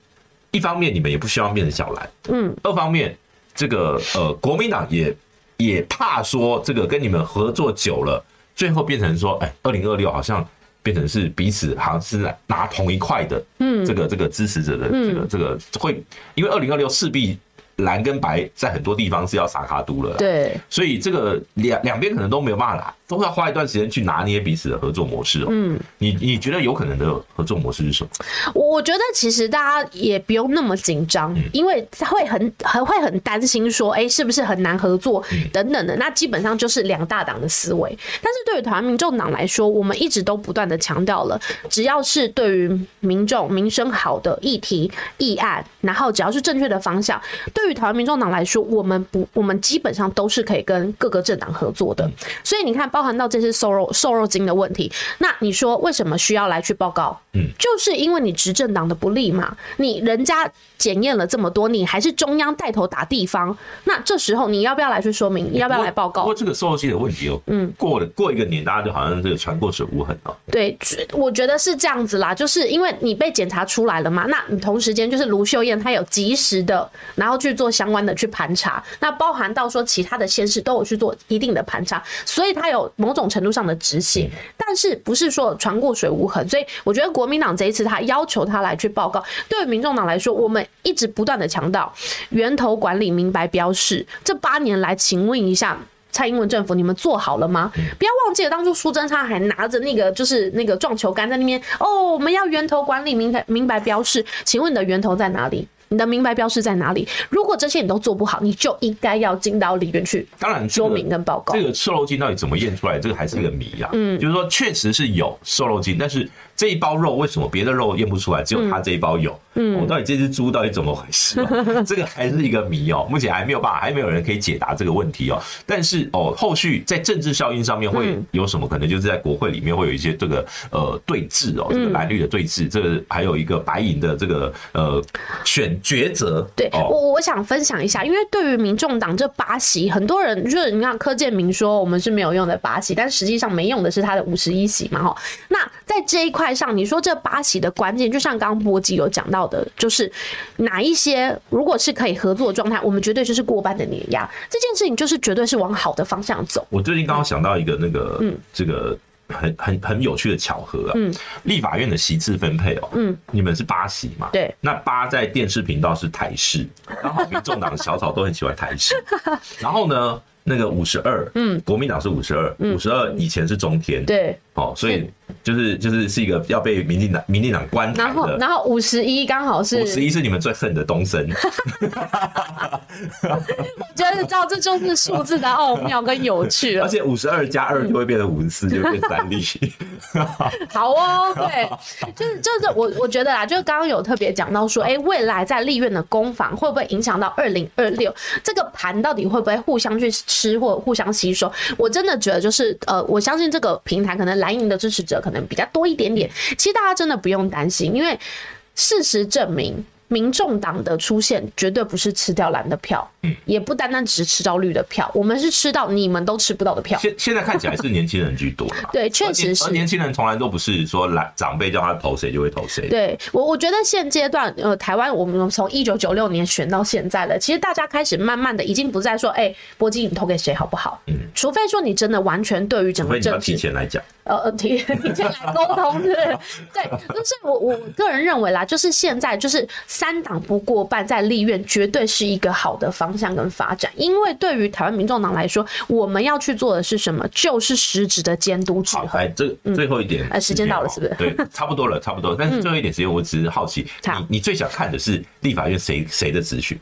S1: 一方面你们也不希望变成小蓝，
S2: 嗯，
S1: 二方面这个呃国民党也也怕说这个跟你们合作久了，最后变成说，哎，二零二六好像变成是彼此好像是拿同一块的，嗯，这个这个支持者的这个这个会，因为二零二六势必蓝跟白在很多地方是要撒卡都了啦，
S2: 对，
S1: 所以这个两两边可能都没有办法拿，都要花一段时间去拿捏彼此的合作模式哦。嗯，你你觉得有可能的合作模式是什么？
S2: 我我觉得其实大家也不用那么紧张，
S1: 嗯
S2: 因为会很很会很担心说，哎、是不是很难合作
S1: 嗯
S2: 等等的。那基本上就是两大党的思维。但是对于台湾民众党来说，我们一直都不断的强调了，只要是对于民众民生好的议题议案，然后只要是正确的方向，对于台湾民众党来说，我们不我们基本上都是可以跟各个政党合作的。所以你看，包含到这次瘦肉瘦肉精的问题，那你说为什么需要来去报告？就是因为你执政党的不利嘛，你人家检验了这么多，你还是中央带头打地方，那这时候你要不要来去说明？你要不要来报
S1: 不过
S2: 告？
S1: 这个瘦肉精的问题哦，嗯，过了过一个年，大家就好像这个船过水无痕哦。
S2: 对，我觉得是这样子啦，就是因为你被检查出来了嘛，那你同时间就是卢秀燕她有及时的，然后去做相关的去盘查，那包含到说其他的县市都有去做一定的盘查，所以她有某种程度上的止血，但是不是说船过水无痕，所以我觉得国民党这一次他要求他来去报告，对于民众党来说，我们一直不断的强调源头管理、明白标示，这八年来，请问一下。蔡英文政府，你们做好了吗？不要忘记了，当初苏贞昌还拿着那个就是那个撞球杆在那边哦，我们要源头管理、明白明白标示。请问你的源头在哪里？你的明白标示在哪里？如果这些你都做不好，你就应该要进到里面去
S1: 当然、这
S2: 说
S1: 个，
S2: 明跟报告。
S1: 这个瘦肉精到底怎么验出来，这个还是个谜啊。嗯，就是说确实是有瘦肉精，但是这一包肉为什么别的肉验不出来，只有它这一包有？嗯，我、到底这只猪到底怎么回事、哦？这个还是一个谜哦，目前还没有办法，还没有人可以解答这个问题哦。但是哦，后续在政治效应上面会有什么？可能就是在国会里面会有一些这个呃对峙哦，这个蓝绿的对峙，这个还有一个白银的这个呃选抉择。
S2: 对、
S1: 哦，
S2: 我，我想分享一下，因为对于民众党这八席，很多人就是你看柯建明说我们是没有用的八席，但实际上没用的是他的五十一席嘛，哈。那在这一块上，你说这八席的关键，就像刚刚波吉有讲到的，就是哪一些如果是可以合作的状态，我们绝对就是过半的碾压，这件事情就是绝对是往好的方向走。
S1: 我最近刚好想到一个那个，
S2: 嗯
S1: 这个很很很有趣的巧合啊。立法院的席次分配哦，
S2: 嗯
S1: 你们是八席嘛？
S2: 对
S1: 那八在电视频道是台
S2: [laughs]
S1: 视，刚好民众党的小草都很喜欢台视。然后呢，那个五十二，嗯，国民党是五十二，五十二以前是中天，，
S2: 嗯对，
S1: 哦，所以就是就是是一个要被民进党民进党关台
S2: 然后
S1: 嗯的。
S2: 然后五十一刚好是
S1: 五，十一是你们最恨的东
S2: [laughs]
S1: 升，
S2: 就是知道这就是数字的奥妙跟有趣
S1: [laughs]
S2: 了
S1: 而。且五十二加二就会变成五十四，就会变三
S2: [laughs]
S1: 立。
S2: 好哦，对，就是就是我我觉得啦，就是刚刚有特别讲到说，哎、未来在立院的攻防会不会影响到二零二六这个盘到底会不会互相去吃或互相吸收？我真的觉得就是呃，我相信这个平台可能蓝营的支持者可能比较多一点点，其实大家真的不用担心，因为事实证明。民众党的出现绝对不是吃掉蓝的票，也不单单只是吃到绿的票，我们是吃到你们都吃不到的票。
S1: 现现在看起来是年轻人居多啦，
S2: 对，确实是
S1: 而。年轻人从来都不是说来长辈叫他投谁就会投谁。
S2: 对我，我觉得现阶段，呃，台湾我们从一九九六年选到现在了，其实大家开始慢慢的已经不再说，哎、波基你投给谁好不好？嗯，除非说你真的完全对于整
S1: 除非
S2: 个
S1: 你要
S2: 政
S1: 提
S2: 治，
S1: 前来讲，
S2: 呃呃，提 [laughs] 提前来沟通，对对，就是我我个人认为啦，就是现在就是三党不过半，在立院绝对是一个好的方向跟发展，因为对于台湾民众党来说，我们要去做的是什么？就是实质的监督制
S1: 好，
S2: 衡。
S1: 哎，这个最后一点，
S2: 呃时间到了是不是
S1: 对，差不多了，差不多。但是最后一点时间，我只是好奇，
S2: 好
S1: 你你最想看的是立法院谁谁的咨询？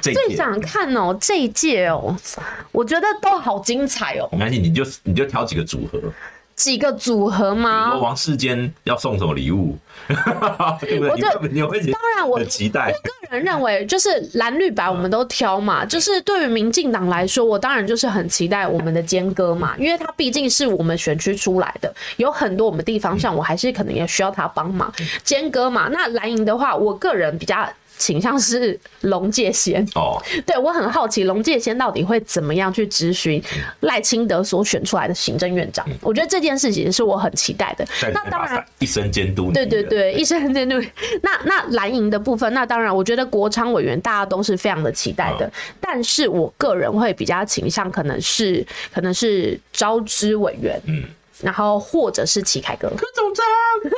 S1: 这一
S2: 最
S1: 届
S2: 想看哦、这一届哦、我觉得都好精彩哦、
S1: 没关系，你就你就挑几个组合，比
S2: 几个组合
S1: 如
S2: 吗
S1: 说？王世坚要送什么礼物， [laughs] 对不对？
S2: 我
S1: 你
S2: 就
S1: 会你会
S2: 当然我
S1: 很期待，
S2: 个人认为，就是蓝绿白我们都挑嘛，
S1: 嗯
S2: 就是对于民进党来说，我当然就是很期待我们的坚哥嘛，因为他毕竟是我们选区出来的，有很多我
S1: 嗯
S2: 们地方上我还是可能也需要他帮忙，坚哥嘛。那蓝营的话，我个人比较。倾向是龙界仙。
S1: 哦，
S2: [laughs] 对我很好奇，龙界仙到底会怎么样去咨询赖清德所选出来的行政院长？我觉得这件事情是我很期待的。
S1: 但
S2: 那当然，
S1: 一生监督你，
S2: 对对，对，一生
S1: [laughs]
S2: 监督。那那蓝营的部分，那当然，我觉得国昌委员大家都是非常的期待
S1: 啊
S2: 的，但是我个人会比较倾向可能是可能是招之委员，嗯，然后或者是齐凯歌。
S1: 柯总
S2: [laughs]
S1: 长，对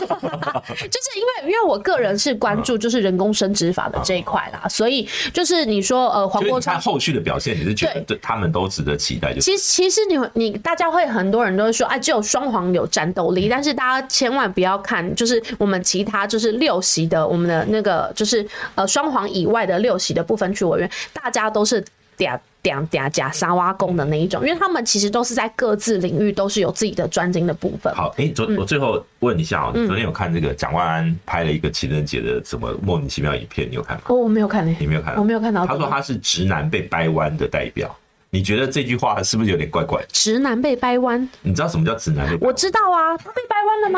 S2: 就是因为因为我个人是关注就是人工生殖法的这一块啦，所以就是你说呃
S1: 我，
S2: 黄
S1: 就是
S2: 国
S1: 你看
S2: 昌。
S1: 后续的表现，你是觉得
S2: 对
S1: 对他们都值得期待，就是
S2: 其实，其实你你大家会很多人都会说，啊，只有双黄有战斗
S1: 嗯
S2: 力，但是大家千万不要看，就是我们其他就是六席的我们的那个就是呃双黄以外的六席的部分区委员，大家都是嗲嗲嗲假沙挖工的那一种，因为他们其实都是在各自领域都是有自己的专精的部分。
S1: 好，哎、
S2: 嗯
S1: 昨我最后问一下哦、你昨天有看这个蒋万安拍了一个情人节的什么莫名其妙影片，你有看吗？
S2: 哦，我没有看呢、
S1: 你没有看到？
S2: 我没有看到
S1: 他说他是直男被掰弯的代表，你觉得这句话是不是有点怪怪？
S2: 直男被掰弯，
S1: 你知道什么叫直男被掰
S2: 我
S1: 弯？
S2: 知道啊，他被掰弯了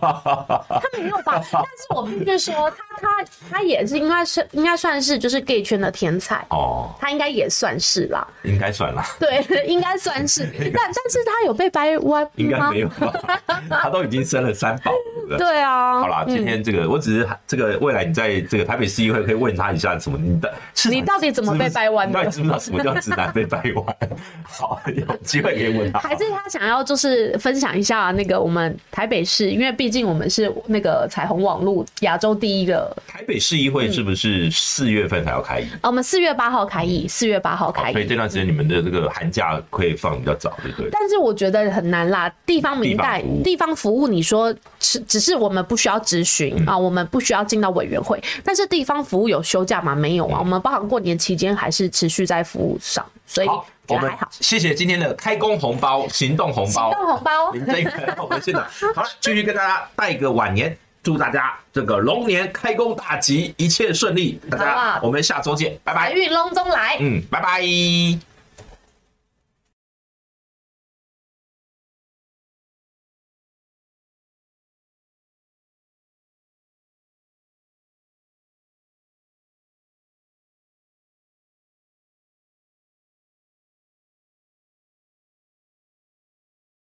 S2: 吗？ [laughs] 他没有吧？但是我必须说，他他他也是应该是应该算是就是 gay 圈的天才，
S1: [laughs] 哦，
S2: 他应该也算是啦，
S1: 应该算啦，
S2: 对， [laughs] 应该算是。但但是他有被掰弯
S1: 应该
S2: 吗
S1: 没？有吧？ [laughs] 他都已经生了三宝了。
S2: 对啊，
S1: 好啦，今天这个、我只是这个未来你在这个台北市议会可以问他一下什么，你的是
S2: 你到底怎么被掰弯
S1: 你
S2: 的
S1: 到底知不知道什么叫直男被掰弯？ [laughs] 好，有机会可以问他。
S2: 还是他想要就是分享一下那个我们台北市，因为毕竟我们是那个彩虹网络亚洲第一个，
S1: 台北市议
S2: 嗯
S1: 会是不是四月份才要开议？
S2: 呃我们四月八号开议，四月八号开
S1: 好所以
S2: 议。
S1: 这段时间你们的这个寒假可以放比较早，对不对？
S2: 但是我觉得很难啦，地方民代
S1: 地方服务、嗯
S2: 地方服务，你说只只是我们不需要咨询、啊，我们不需要进到委员会，但是地方服务有休假吗？没有
S1: 嗯
S2: 啊，我们包含过年期间还是持续在服务上，所以
S1: 好，我
S2: 觉得
S1: 们
S2: 还好。
S1: 谢谢今天的开工红包、行动红包、
S2: 行动红包
S1: 林正元，我们现场好了，继续跟大家拜个晚年，祝大家这个龙年开工大吉，一切顺利。大
S2: 好
S1: 家
S2: 啊，
S1: 我们下周见，拜
S2: 财
S1: 拜。
S2: 运隆中来。
S1: 嗯，拜拜。